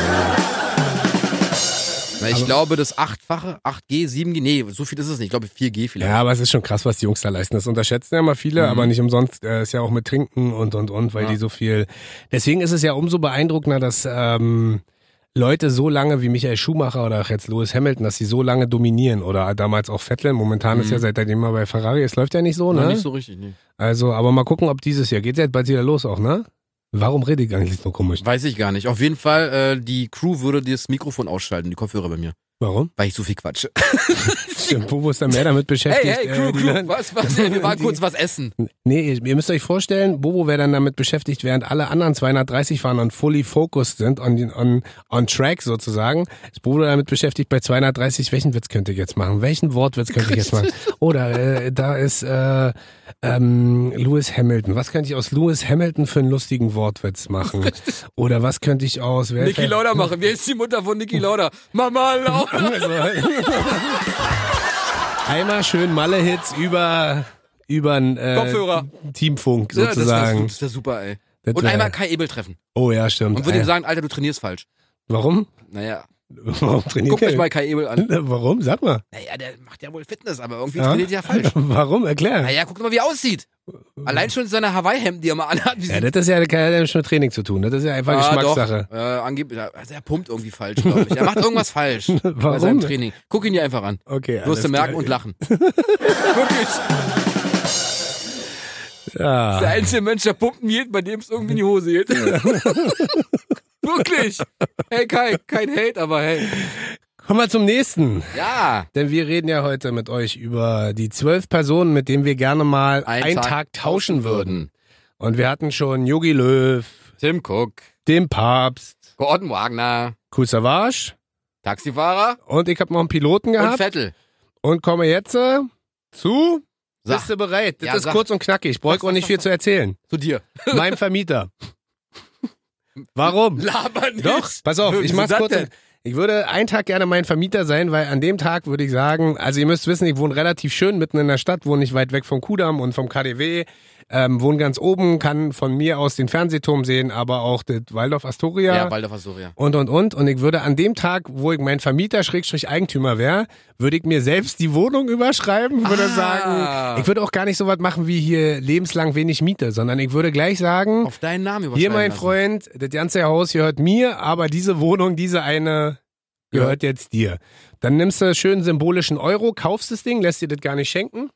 Na, ich glaube, das Achtfache, 8G, 7G, nee, so viel ist es nicht. Ich glaube, 4G
dann-
vielleicht.
ja, aber es ist schon krass, was die Jungs da leisten. Das unterschätzen ja mal viele,
Mhm.
aber nicht umsonst. Äh, ist ja auch mit Trinken und, und, und, weil
Ja.
die so viel... Deswegen ist es ja umso beeindruckender, dass ähm, Leute so lange wie Michael Schumacher oder auch jetzt Lewis Hamilton, dass sie so lange dominieren. Oder damals auch Vettel. Momentan ist
Mhm.
ja seitdem er bei Ferrari. Es läuft ja nicht so, ne?
Na, Nicht so richtig, nee.
Also, aber mal gucken, ob dieses Jahr. Geht's ja jetzt bald wieder los auch, ne? Warum rede ich eigentlich so komisch?
Weiß ich gar nicht. Auf jeden Fall, äh, die Crew würde dir das Mikrofon ausschalten, die Kopfhörer bei mir.
Warum?
Weil ich so viel quatsche.
Stimmt, Bobo ist da mehr damit
Hey,
beschäftigt.
hey, Crew,
äh, die-
Crew, was, was? Wir waren
die-
kurz was essen.
Nee, ihr, ihr müsst euch vorstellen, Bobo wäre dann damit beschäftigt, während alle anderen 230 fahren und fully focused sind, on, on, on track sozusagen, ist Bobo damit beschäftigt, bei 230, welchen Witz könnte ich jetzt machen? Welchen Wortwitz könnte ich jetzt machen? Oder äh, da ist äh, ähm, Lewis Hamilton. Was könnte ich aus Lewis Hamilton für einen lustigen Wortwitz machen? Oder was könnte ich aus... wer-
Niki Lauda machen. Wer ist die Mutter von
Oh.
Niki Lauda? Mama Lauda.
Also, Einmal schön Malle-Hits über über äh,
Kopfhörer.
Teamfunk
Ja, das wär-
sozusagen.
Das wäre super, ey.
Das
Und
wär-
einmal Kai Ebel treffen.
Oh ja, stimmt.
Und würde ihm
Äh,
sagen, Alter, du trainierst falsch.
warum?
Naja,
Warum trainiert
guckt euch
er?
mal Kai Ebel an.
Warum? Sag mal.
Naja, der macht ja wohl Fitness, aber irgendwie
Hm? Ja?
trainiert er ja falsch.
Warum? Erklär.
Naja, guckt mal, wie er aussieht. Allein schon seine Hawaii-Hemden, die er mal anhat. Wie
Ja, das ist ja, das hat ja nichts mit Training zu tun. Das ist ja einfach Geschmackssache.
Doch, äh, angeblich, also er pumpt irgendwie falsch, glaube ich. Er macht irgendwas falsch bei
Warum?
seinem Training. Guck ihn dir einfach an.
Okay, alles
Wirst du merken
klar.
und lachen. Wirklich. Der
Ja.
einzige Mensch, der pumpen geht, bei dem es irgendwie in die Hose geht. Wirklich. Hey Kai, kein Hate, aber hey.
Kommen wir zum nächsten.
Ja.
Denn wir reden ja heute mit euch über die zwölf Personen, mit denen wir gerne mal einen, Tag, tauschen würden. Und wir hatten schon Yogi Löw,
Tim Cook,
den Papst,
Gordon Wagner,
Kool Savage
Taxifahrer
und ich habe noch einen Piloten
und
gehabt und,
Vettel.
komme jetzt äh, zu.
Sag.
Bist du bereit? Das
Ja,
ist
sag.
kurz und knackig. Ich brauche auch nicht viel zu erzählen.
Zu dir.
Mein Vermieter. Warum?
Laber nicht.
Doch, pass auf, ich
Wieso
mach's
das
kurz.
denn?
und- Ich würde einen Tag gerne mein Vermieter sein, weil an dem Tag würde ich sagen, also ihr müsst wissen, ich wohne relativ schön mitten in der Stadt, wohne nicht weit weg vom Kudamm und vom KDW, ähm, wohne ganz oben, kann von mir aus den Fernsehturm sehen, aber auch das Waldorf Astoria.
Ja, Walter Versuria.
und und und und ich würde an dem Tag, wo ich mein Vermieter Schrägstrich Eigentümer wäre, würde ich mir selbst die Wohnung überschreiben, würde
Ah.
sagen, ich würde auch gar nicht so was machen wie hier lebenslang wenig Miete, sondern ich würde gleich sagen,
Auf deinen Namen überschreiben
hier mein
lassen.
Freund, das ganze Haus gehört mir, aber diese Wohnung, diese eine gehört jetzt dir. Dann nimmst du schön symbolischen Euro, kaufst das Ding, lässt dir das gar nicht schenken.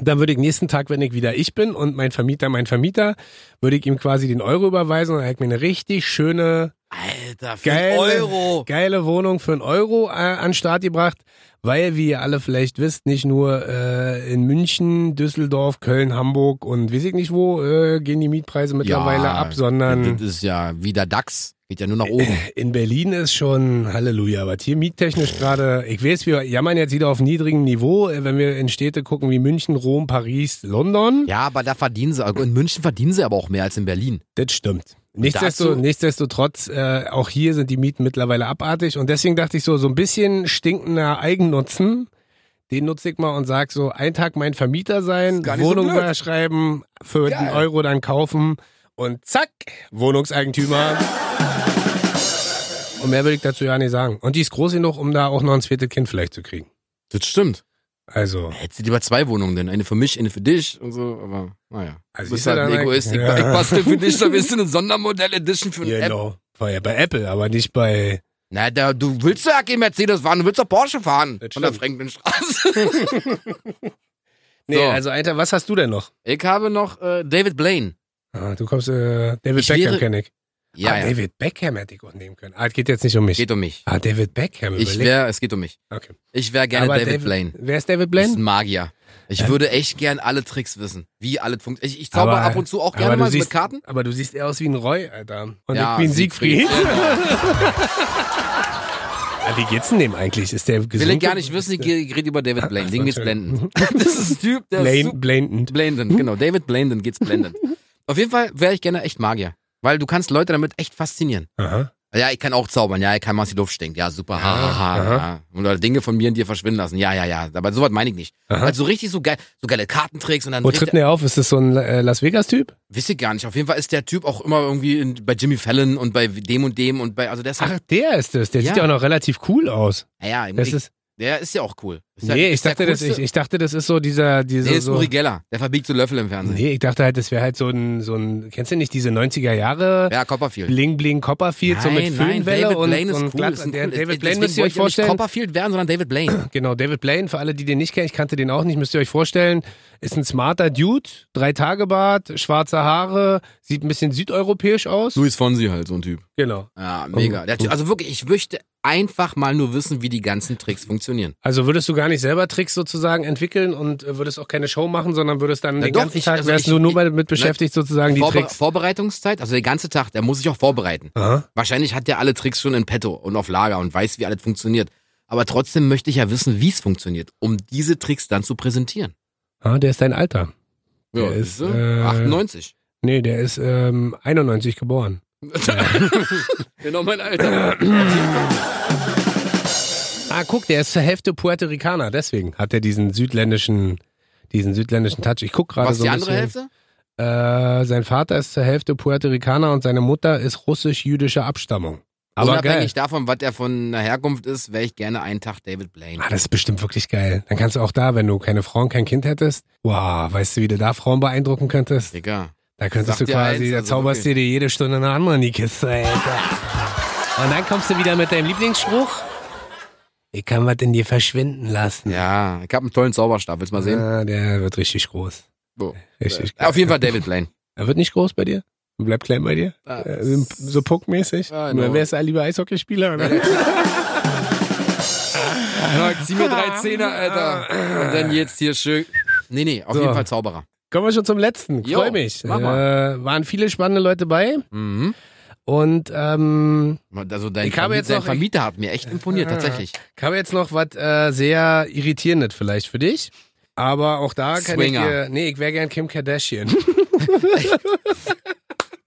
Dann würde ich nächsten Tag, wenn ich wieder ich bin und mein Vermieter, mein Vermieter, würde ich ihm quasi den Euro überweisen und er hat mir eine richtig schöne
Alter, für
Geil.
einen Euro.
Geile Wohnung für einen Euro äh, an den Start gebracht, weil, wie ihr alle vielleicht wisst, nicht nur äh, in München, Düsseldorf, Köln, Hamburg und weiß ich nicht wo äh, gehen die Mietpreise mittlerweile
Ja,
ab, sondern
Das ist ja wie der DAX. Geht ja nur nach oben.
in Berlin ist schon Halleluja, was hier miettechnisch gerade, ich weiß, wir jammern jetzt wieder auf niedrigem Niveau, äh, wenn wir in Städte gucken wie München, Rom, Paris, London.
Ja, aber da verdienen sie, in München verdienen sie aber auch mehr als in Berlin.
Das stimmt. Nichtsdesto,
dazu-
nichtsdestotrotz, äh, auch hier sind die Mieten mittlerweile abartig und deswegen dachte ich so, so ein bisschen stinkender Eigennutzen, den nutze ich mal und sag so, ein Tag mein Vermieter sein,
Ist gar nicht so
Wohnung
blöd.
überschreiben, für
Geil.
einen Euro dann kaufen und zack, Wohnungseigentümer. Und mehr will ich dazu ja nicht sagen. Und die ist groß genug, um da auch noch ein zweites Kind vielleicht zu kriegen.
Das stimmt.
Also,
Hättest du lieber zwei Wohnungen denn? Eine für mich, eine für dich und so, aber naja.
Also
du bist
siehst du
halt ein
dann-
Egoist. Ich,
Ja.
ich bastel für dich, da bist du eine Sondermodell-Edition für eine App.
genau. War ja bei Apple, aber nicht bei...
Na, da, du willst ja kein Mercedes fahren, du willst doch Porsche fahren.
Das
Von der
stimmt.
Franklinstraße.
Nee,
So.
also Alter, was hast du denn noch?
ich habe noch äh, David Blaine.
Ah, du kommst, äh, David
Ich
Beckham
wäre-
kenn ich.
Ja,
ah,
ja.
David Beckham hätte ich auch nehmen können. Ah, es geht jetzt nicht um mich.
Geht um mich.
ah, David Beckham.
Ich
überleg-
wäre, es geht um mich.
okay.
Ich wäre gerne
Aber
David, Blaine.
Wer ist David
Das ist
Blaine?
ein Magier. Ich
Ja.
würde echt gern alle Tricks wissen. Wie alle funktionieren. Ich, ich zauber
Äh. Aber-
ab und zu auch gerne
aber du
mal so mit
siehst-
Karten.
Aber du siehst eher aus wie ein Roy, Alter. Und
Ja,
ich wie ein Siegfried.
Siegfried.
ah, wie geht's denn dem eigentlich? Ist der gesund?
Will ich gar nicht wissen, ich, ich rede über David Blaine. Ding geht's blenden. Das ist ein Typ, der ist
Blaine,
super-
blendend.
Blenden, genau. David Blenden geht's blendend. Auf jeden Fall wäre ich gerne echt Magier. Weil du kannst Leute damit echt faszinieren.
Aha.
Ja, ich kann auch zaubern. Ja, ich kann mal aus die Luft stinken. Ja, super. Ha, ha, ha,
aha.
ja. Oder Dinge von mir in dir verschwinden lassen. Ja, ja, ja. Aber sowas meine ich nicht.
Aha.
Also richtig so geil, so geile Kartentricks und dann
Wo
dreht
tritt denn der auf? Ist das so ein äh, Las Vegas-Typ?
Wiss ich gar nicht. Auf jeden Fall ist der Typ auch immer irgendwie in, bei Jimmy Fallon und bei dem und dem und bei, also der ist halt,
Ach, der ist es. Der
Ja.
sieht ja auch noch relativ cool aus.
naja,
Das
ich,
ist,
der ist ja auch cool. Ist ja-
nee, ich
ist der
dachte, das, ich,
coolste-
ich dachte, das ist so dieser, dieser
Nee, ist
so,
Uri Geller. Der verbiegt so Löffel im Fernsehen.
Nee, ich dachte halt, das wäre halt so ein, so ein, kennst du nicht diese 90er Jahre
Ja, Copperfield.
Bling Bling Copperfield so mit
nein, nein,
Föhnwelle
David
und,
Blaine
und
ist cool.
glatt-
Ist ein
der,
cool.
David
Deswegen
Blaine müsst ihr
wollte
euch
ich ja
vorstellen.
Nicht Copperfield werden, sondern David Blaine.
Genau, David Blaine, für alle, die den nicht kennen, ich kannte den auch nicht, müsst ihr euch vorstellen, ist ein smarter Dude, drei Tage Bart, schwarze Haare, sieht ein bisschen südeuropäisch aus.
Luis Fonsi halt, so ein Typ.
Genau.
Ja, mega. Der typ, also wirklich, ich möchte einfach mal nur wissen, wie die ganzen Tricks funktionieren.
Also würdest du gar nicht selber Tricks sozusagen entwickeln und äh, würdest auch keine Show machen, sondern würdest dann
Na
den
doch,
ganzen
ich-
Tag
also
wärst
ich-
du nur
ich-
damit beschäftigt sozusagen die
Vorbe-
Tricks.
Vorbereitungszeit, also der ganze Tag, der muss sich auch vorbereiten.
Aha.
Wahrscheinlich hat der alle Tricks schon in petto und auf Lager und weiß, wie alles funktioniert. Aber trotzdem möchte ich ja wissen, wie es funktioniert, um diese Tricks dann zu präsentieren.
Ah, der ist dein Alter. Der ist,
siehst du?
äh,
98.
Nee, der ist ähm, 91 geboren.
genau mein Alter.
Ah, guck, der ist zur Hälfte Puerto Ricaner, deswegen hat er diesen südländischen, diesen südländischen Touch. Ich guck gerade
Was
so
die
ein
andere
bisschen.
Hälfte?
Äh, sein Vater ist zur Hälfte Puerto Ricaner und seine Mutter ist russisch-jüdischer Abstammung. Aber geil.
Unabhängig davon, was er von der Herkunft ist, wäre ich gerne einen Tag David Blaine.
Ah, das ist bestimmt wirklich geil. Dann kannst du auch da, wenn du keine Frauen, kein Kind hättest, wow, weißt du, wie du da Frauen beeindrucken könntest?
Digga.
Da könntest
Sag
du
dir
quasi,
eins,
da
also
zauberst
wirklich.
du dir jede Stunde eine andere in die Kiste, Alter. und dann kommst du wieder mit deinem Lieblingsspruch. Ich kann was in dir verschwinden lassen.
Ja, ich habe einen tollen Zauberstab. Willst du mal sehen?
Ah, der wird richtig groß.
So.
Richtig
Auf jeden Fall David Blaine.
Er wird nicht groß bei dir? Und bleibt klein bei dir?
Ah,
Äh, so puckmäßig?
Ah,
Nur
no.
wärst du lieber Eishockeyspieler.
zieh mir drei Zehner, Alter. Und dann jetzt hier schön. Nee, nee, auf
So.
jeden Fall Zauberer.
Kommen wir schon zum letzten.
Jo,
Freue mich. Äh,
mach mal.
waren viele spannende Leute bei.
Mhm.
Und ähm,
Also dein,
Ich habe
Vermieter-
jetzt
dein
noch-
Vermieter hat mir echt imponiert, tatsächlich.
ich habe jetzt noch was äh, sehr irritierendes vielleicht für dich. Aber auch da kann
Swinger.
ich dir. Nee, ich wäre gern Kim Kardashian.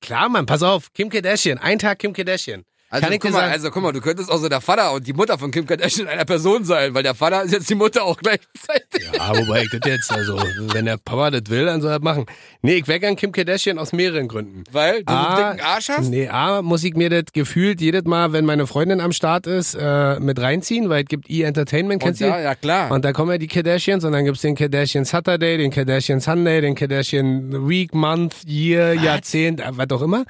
Klar, Mann, pass auf. Kim Kardashian. Ein Tag Kim Kardashian.
Also
Kann ich
guck,
dir
mal,
sagen-
also guck mal, du könntest auch so der Vater und die Mutter von Kim Kardashian in einer Person sein, weil der Vater ist jetzt die Mutter auch gleichzeitig.
Ja, wobei ich das jetzt, also, wenn der Papa das will, dann soll er das machen. Nee, ich wäre gern Kim Kardashian aus mehreren Gründen.
Weil du so
Ah,
einen dicken Arsch hast?
Nee, A, muss ich mir das gefühlt jedes Mal, wenn meine Freundin am Start ist, äh, mit reinziehen, weil es gibt E-Entertainment,
Und
kennst du?
ja, ja, klar.
Und da kommen ja die Kardashians und dann gibt's den Kardashian Saturday, den Kardashian Sunday, den Kardashian Week, Month, Year, Jahrzehnt, äh, was auch immer.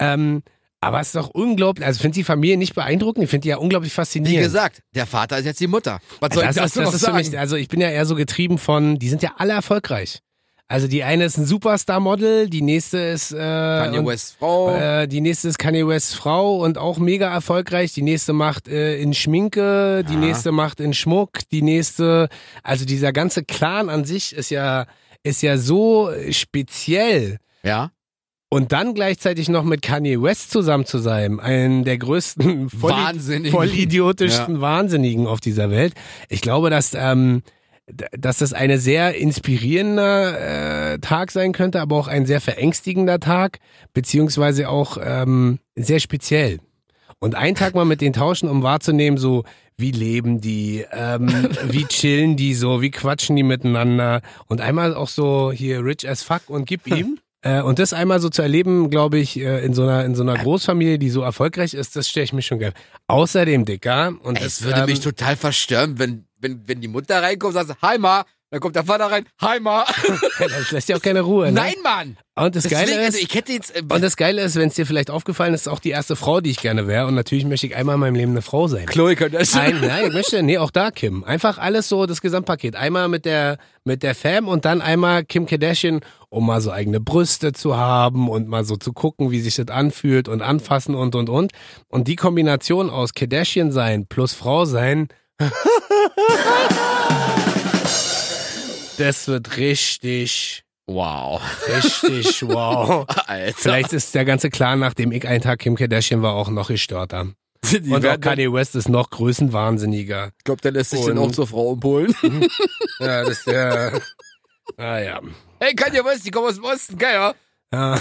Ähm, aber es ist doch unglaublich, also finde die Familie nicht beeindruckend, ich finde die ja unglaublich
Wie
faszinierend.
gesagt, der Vater ist jetzt die Mutter. Was soll ich
das ist, das
dazu Also, noch
ist für
sagen?
mich, also ich bin ja eher so getrieben von, die sind ja alle erfolgreich. Also die eine ist ein Superstar-Model, die nächste ist äh,
Kanye
und,
West Frau.
Äh, die nächste ist Kanye Wests Frau und auch mega erfolgreich. Die nächste macht äh, in Schminke, die
Ja.
nächste macht in Schmuck, die nächste, also dieser ganze Clan an sich ist ja ist ja so speziell.
ja.
Und dann gleichzeitig noch mit Kanye West zusammen zu sein, einen der größten Volli
Wahnsinnig.
vollidiotischsten Wahnsinnigen auf dieser Welt. Ich glaube, dass, ähm, d- dass das eine sehr inspirierender äh, Tag sein könnte, aber auch ein sehr verängstigender Tag, beziehungsweise auch ähm, sehr speziell. Und einen Tag mal mit denen tauschen, um wahrzunehmen, so wie leben die, ähm, wie chillen die so, wie quatschen die miteinander. Und einmal auch so hier rich as fuck und gib ihm. Äh, und das einmal so zu erleben, glaube ich, äh, in so einer in so einer Großfamilie, die so erfolgreich ist, das stelle ich mir schon geil. Außerdem, Dicker, und
Ey,
das
Es würde
ähm,
mich total verstören, wenn, wenn, wenn die Mutter reinkommt und sagt, hi Ma, dann kommt der Vater rein, hi Ma.
das lässt ja auch keine Ruhe. Ne?
Nein, Mann!
Und das Geile
Deswegen,
ist,
also ich hätte jetzt. Äh,
und das Geile ist, wenn es dir vielleicht aufgefallen ist, ist auch die erste Frau, die ich gerne wäre. Und natürlich möchte ich einmal in meinem Leben eine Frau sein.
Chloe könnte es.
Ein, nein, ich möchte, nee, auch da Kim. Einfach alles so, das Gesamtpaket. Einmal mit der, mit der Fam und dann einmal Kim Kardashian, um mal so eigene Brüste zu haben und mal so zu gucken, wie sich das anfühlt und anfassen und, und, und. Und die Kombination aus Kardashian sein plus Frau sein, das wird richtig,
Wow.
richtig wow.
Alter.
Vielleicht ist der ganze Clan, nachdem ich einen Tag Kim Kardashian war, auch noch gestörter.
sind die
Und auch
werden-
Kanye West ist noch größenwahnsinniger.
Ich glaube, der lässt sich dann
Und-
auch zur Frau umholen.
Ja, das ist der. Ah ja.
hey, Kanye West, die kommen aus dem Osten, geil, ja?
ja.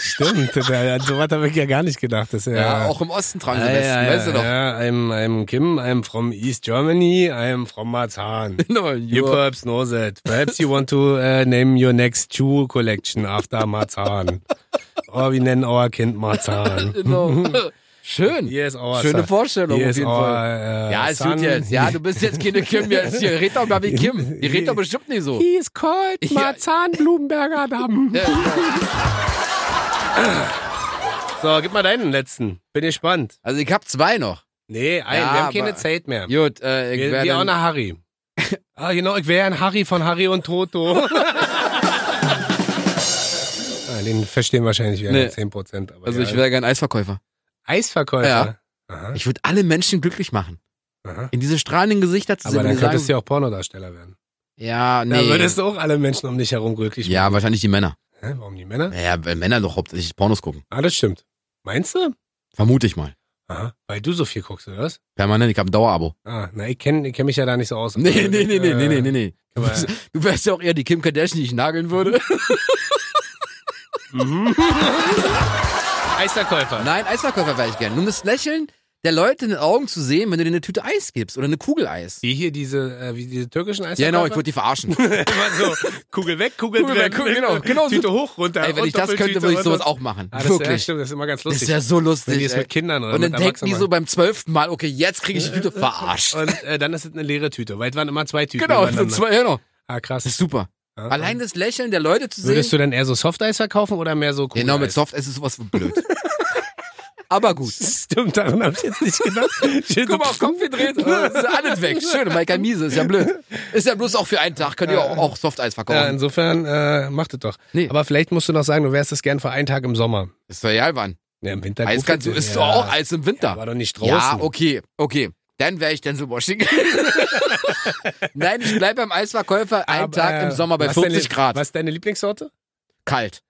Stimmt, an sowas habe ich ja gar nicht gedacht. Dass er,
Ja, auch im Osten tragen sie
ja,
Westen,
ja,
weißt du doch.
Ja, I'm, I'm Kim, I'm from East Germany, I'm from Marzahn.
No,
You
you
perhaps know that. Perhaps you want to uh, name your next shoe collection after Marzahn. Or we nennen our Kind Marzahn.
no. genau. Schön.
Yes, our
Schöne
son.
Vorstellung
Yes,
auf jeden
our,
Fall.
äh,
Ja, es
son.
tut jetzt. Ja, du bist jetzt keine Kim jetzt hier. Red doch mal wie Kim. Die redet doch bestimmt nicht so.
He is called
Ja.
Marzahn-Blumenberger Damm.
Ja, ja.
So, gib mal deinen letzten. Bin gespannt.
Also ich hab zwei noch.
Nee, ein,
Ja,
wir haben keine
aber-
Zeit mehr.
Gut, äh, ich
Wir,
werde.
wir auch nach Harry. ah, genau, ich wäre ein Harry von Harry und Toto. ah, den verstehen wahrscheinlich wieder
Nee.
nur 10 Prozent.
also ich wäre gern Eisverkäufer.
Eisverkäufer.
Ja.
Aha,
Ich würde alle Menschen glücklich machen.
aha.
In diese strahlenden Gesichter zu sehen.
Aber
wenn
dann
die sagen,
könntest du ja auch Pornodarsteller werden.
ja, nee.
Da würdest du auch alle Menschen um dich herum glücklich
ja,
machen.
wahrscheinlich die Männer.
Ja. Hä, warum die Männer?
Naja, weil Männer doch hauptsächlich Pornos gucken.
Ah, das stimmt. Meinst du?
Vermute ich mal.
Aha. Weil du so viel guckst, oder was?
Permanent, ich hab ein Dauerabo.
Ah, na, ich kenne ich kenn mich ja da nicht so aus.
Nee, nee, nee, nee, nee, nee, nee, nee.
Aber,
Du wärst ja auch eher die Kim Kardashian, die ich nageln würde.
Eisverkäufer.
Nein, Eisverkäufer wäre ich gern. Nur das Lächeln der Leute in den Augen zu sehen, wenn du dir eine Tüte Eis gibst oder eine Kugel Eis.
Die hier, diese, äh, wie diese türkischen
Ja,
Eisverkäufer?
genau, ich würde die verarschen.
Immer so, Kugel weg, Kugel,
Kugel
drin.
weg, Kugel- genau, genau so.
Tüte hoch, runter.
Ey, wenn
und
ich das könnte,
Doppeltüte
würde ich sowas
runter.
auch machen.
Ah, das, Ja,
Wirklich.
stimmt, das ist immer ganz
Das
lustig.
wäre so lustig.
wenn die es
ey.
mit Kindern oder
Und dann
mit
denken die
Erwachsenen
so beim zwölften Mal, okay, jetzt kriege ich die Tüte verarscht.
machen. Und äh, dann ist es eine leere Tüte, weil es waren immer zwei Tüten.
Genau, so
nebeneinander.
zwei, genau.
Ah,
Das ist
krass.
super.
Ja.
Allein das Lächeln der Leute zu sehen.
Würdest du dann eher so Softeis verkaufen oder mehr so Kugel
genau, mit Soft ist es sowas von blöd. Aber gut.
Stimmt, daran hab ich jetzt nicht gedacht. Schön so-
Guck mal, Kopf gedreht. Das ist ja alles weg. Schön, Michael Miese, ist ja blöd. Ist ja bloß auch für einen Tag, könnt ihr auch, auch Softeis
ja,
verkaufen.
insofern, äh, macht es doch.
Nee.
Aber vielleicht musst du noch sagen, du wärst es gern für einen Tag im Sommer.
Das ist ja wann.
Ja, im Winter.
Eis
guckst
kannst du,
ja.
isst du auch Eis im Winter.
Aber doch nicht draußen.
Ja, okay, okay. Dann wäre ich Denzel Washington. Nein, ich bleib beim Eisverkäufer einen
Aber,
Tag im
äh,
Sommer bei
was
40
deine,
Grad.
Was ist deine Lieblingssorte?
Kalt.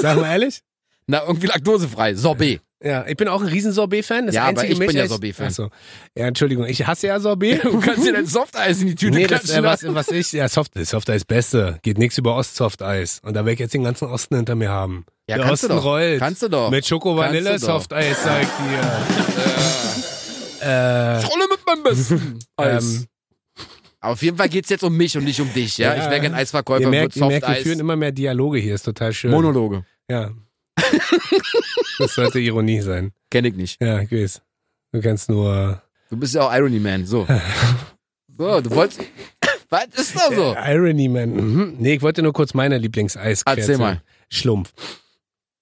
Sag mal ehrlich.
Na, irgendwie laktosefrei. Sorbet.
Ja, ich bin auch ein riesen Sorbet-Fan. Das
Ja, aber
einzige
ich bin ja
Milcheis-
Sorbet-Fan.
Ach so. Ja, Entschuldigung, ich hasse ja Sorbet.
Du kannst dir dein Softeis in die Tüte
nee, das,
klatschen.
äh, was, was ich, ja, Softeis, Softeis Beste. Geht nichts über Ostsofteis. Und da will ich jetzt den ganzen Osten hinter mir haben.
ja,
Der
kannst du
Osten
doch.
rollt.
Kannst du doch.
Mit
Kannst du doch.
Schoko-Vanille-Softeis, sag ich dir.
Ich rolle mit meinem Besten.
Ähm,
äh, Auf jeden Fall geht's jetzt um mich und nicht um dich, ja?
Ja.
ich wäre gern
äh,
Eisverkäufer
ihr
mit
merkt, ihr merkt, wir
Softeis.
führen immer mehr Dialoge hier. Ist total schön.
Monologe.
Ja. das sollte Ironie sein.
Kenn ich nicht.
Ja, gewiss. Du kannst nur...
Du bist ja auch Irony Man. So. so, du wolltest. was ist da so?
Äh, Irony Man. Mhm. Nee, ich wollte nur kurz meine Lieblingseis
Erzähl mal.
Schlumpf. Äh,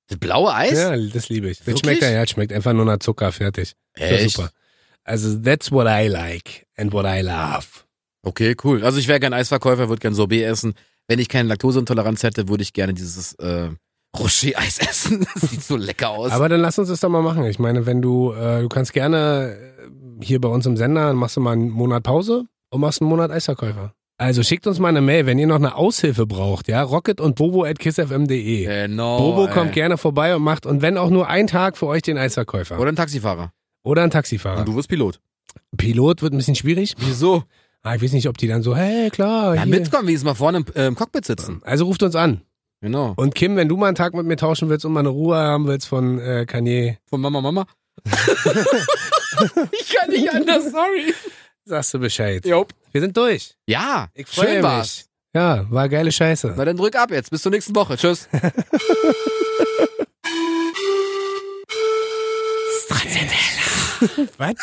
Das blaue Eis?
Ja, das liebe ich. Das
Wirklich?
schmeckt ja, ja, das schmeckt einfach nur nach Zucker, fertig. Das ist
Echt?
Super. Also, that's what I like and what I love.
Okay, cool. Also ich wäre gern Eisverkäufer, würde gern Sorbet essen. wenn ich keine Laktoseintoleranz hätte, würde ich gerne dieses äh, Rocher-Eis essen. Das sieht so lecker aus.
Aber dann lass uns das doch mal machen. Ich meine, wenn du, äh, du kannst gerne äh, hier bei uns im Sender, dann machst du mal einen Monat Pause und machst einen Monat Eisverkäufer. Also schickt uns mal eine Mail, wenn ihr noch eine Aushilfe braucht, ja, rocket und bobo at kissfm.de.
genau.
Bobo
ey.
kommt gerne vorbei und macht, und wenn auch nur ein Tag für euch den Eisverkäufer. Oder,
Oder ein Taxifahrer.
ein Taxifahrer.
Und du wirst Pilot.
Pilot wird ein bisschen schwierig.
Wieso?
Ah, ich weiß nicht, ob die dann so, hey, klar.
Na,
hier.
mitkommen, wie es mal vorne im, äh, im Cockpit sitzen.
Also ruft uns an.
Genau.
Und Kim, wenn du mal einen Tag mit mir tauschen willst und mal eine Ruhe haben willst von äh, Kanye,
Von Mama, Mama. ich kann nicht anders, sorry.
sagst du Bescheid.
Jop.
Wir sind durch.
Ja,
Ich freue
schön
mich.
war's.
Ja, war geile Scheiße.
Na dann drück ab jetzt. Bis zur nächsten Woche. Tschüss.
Was?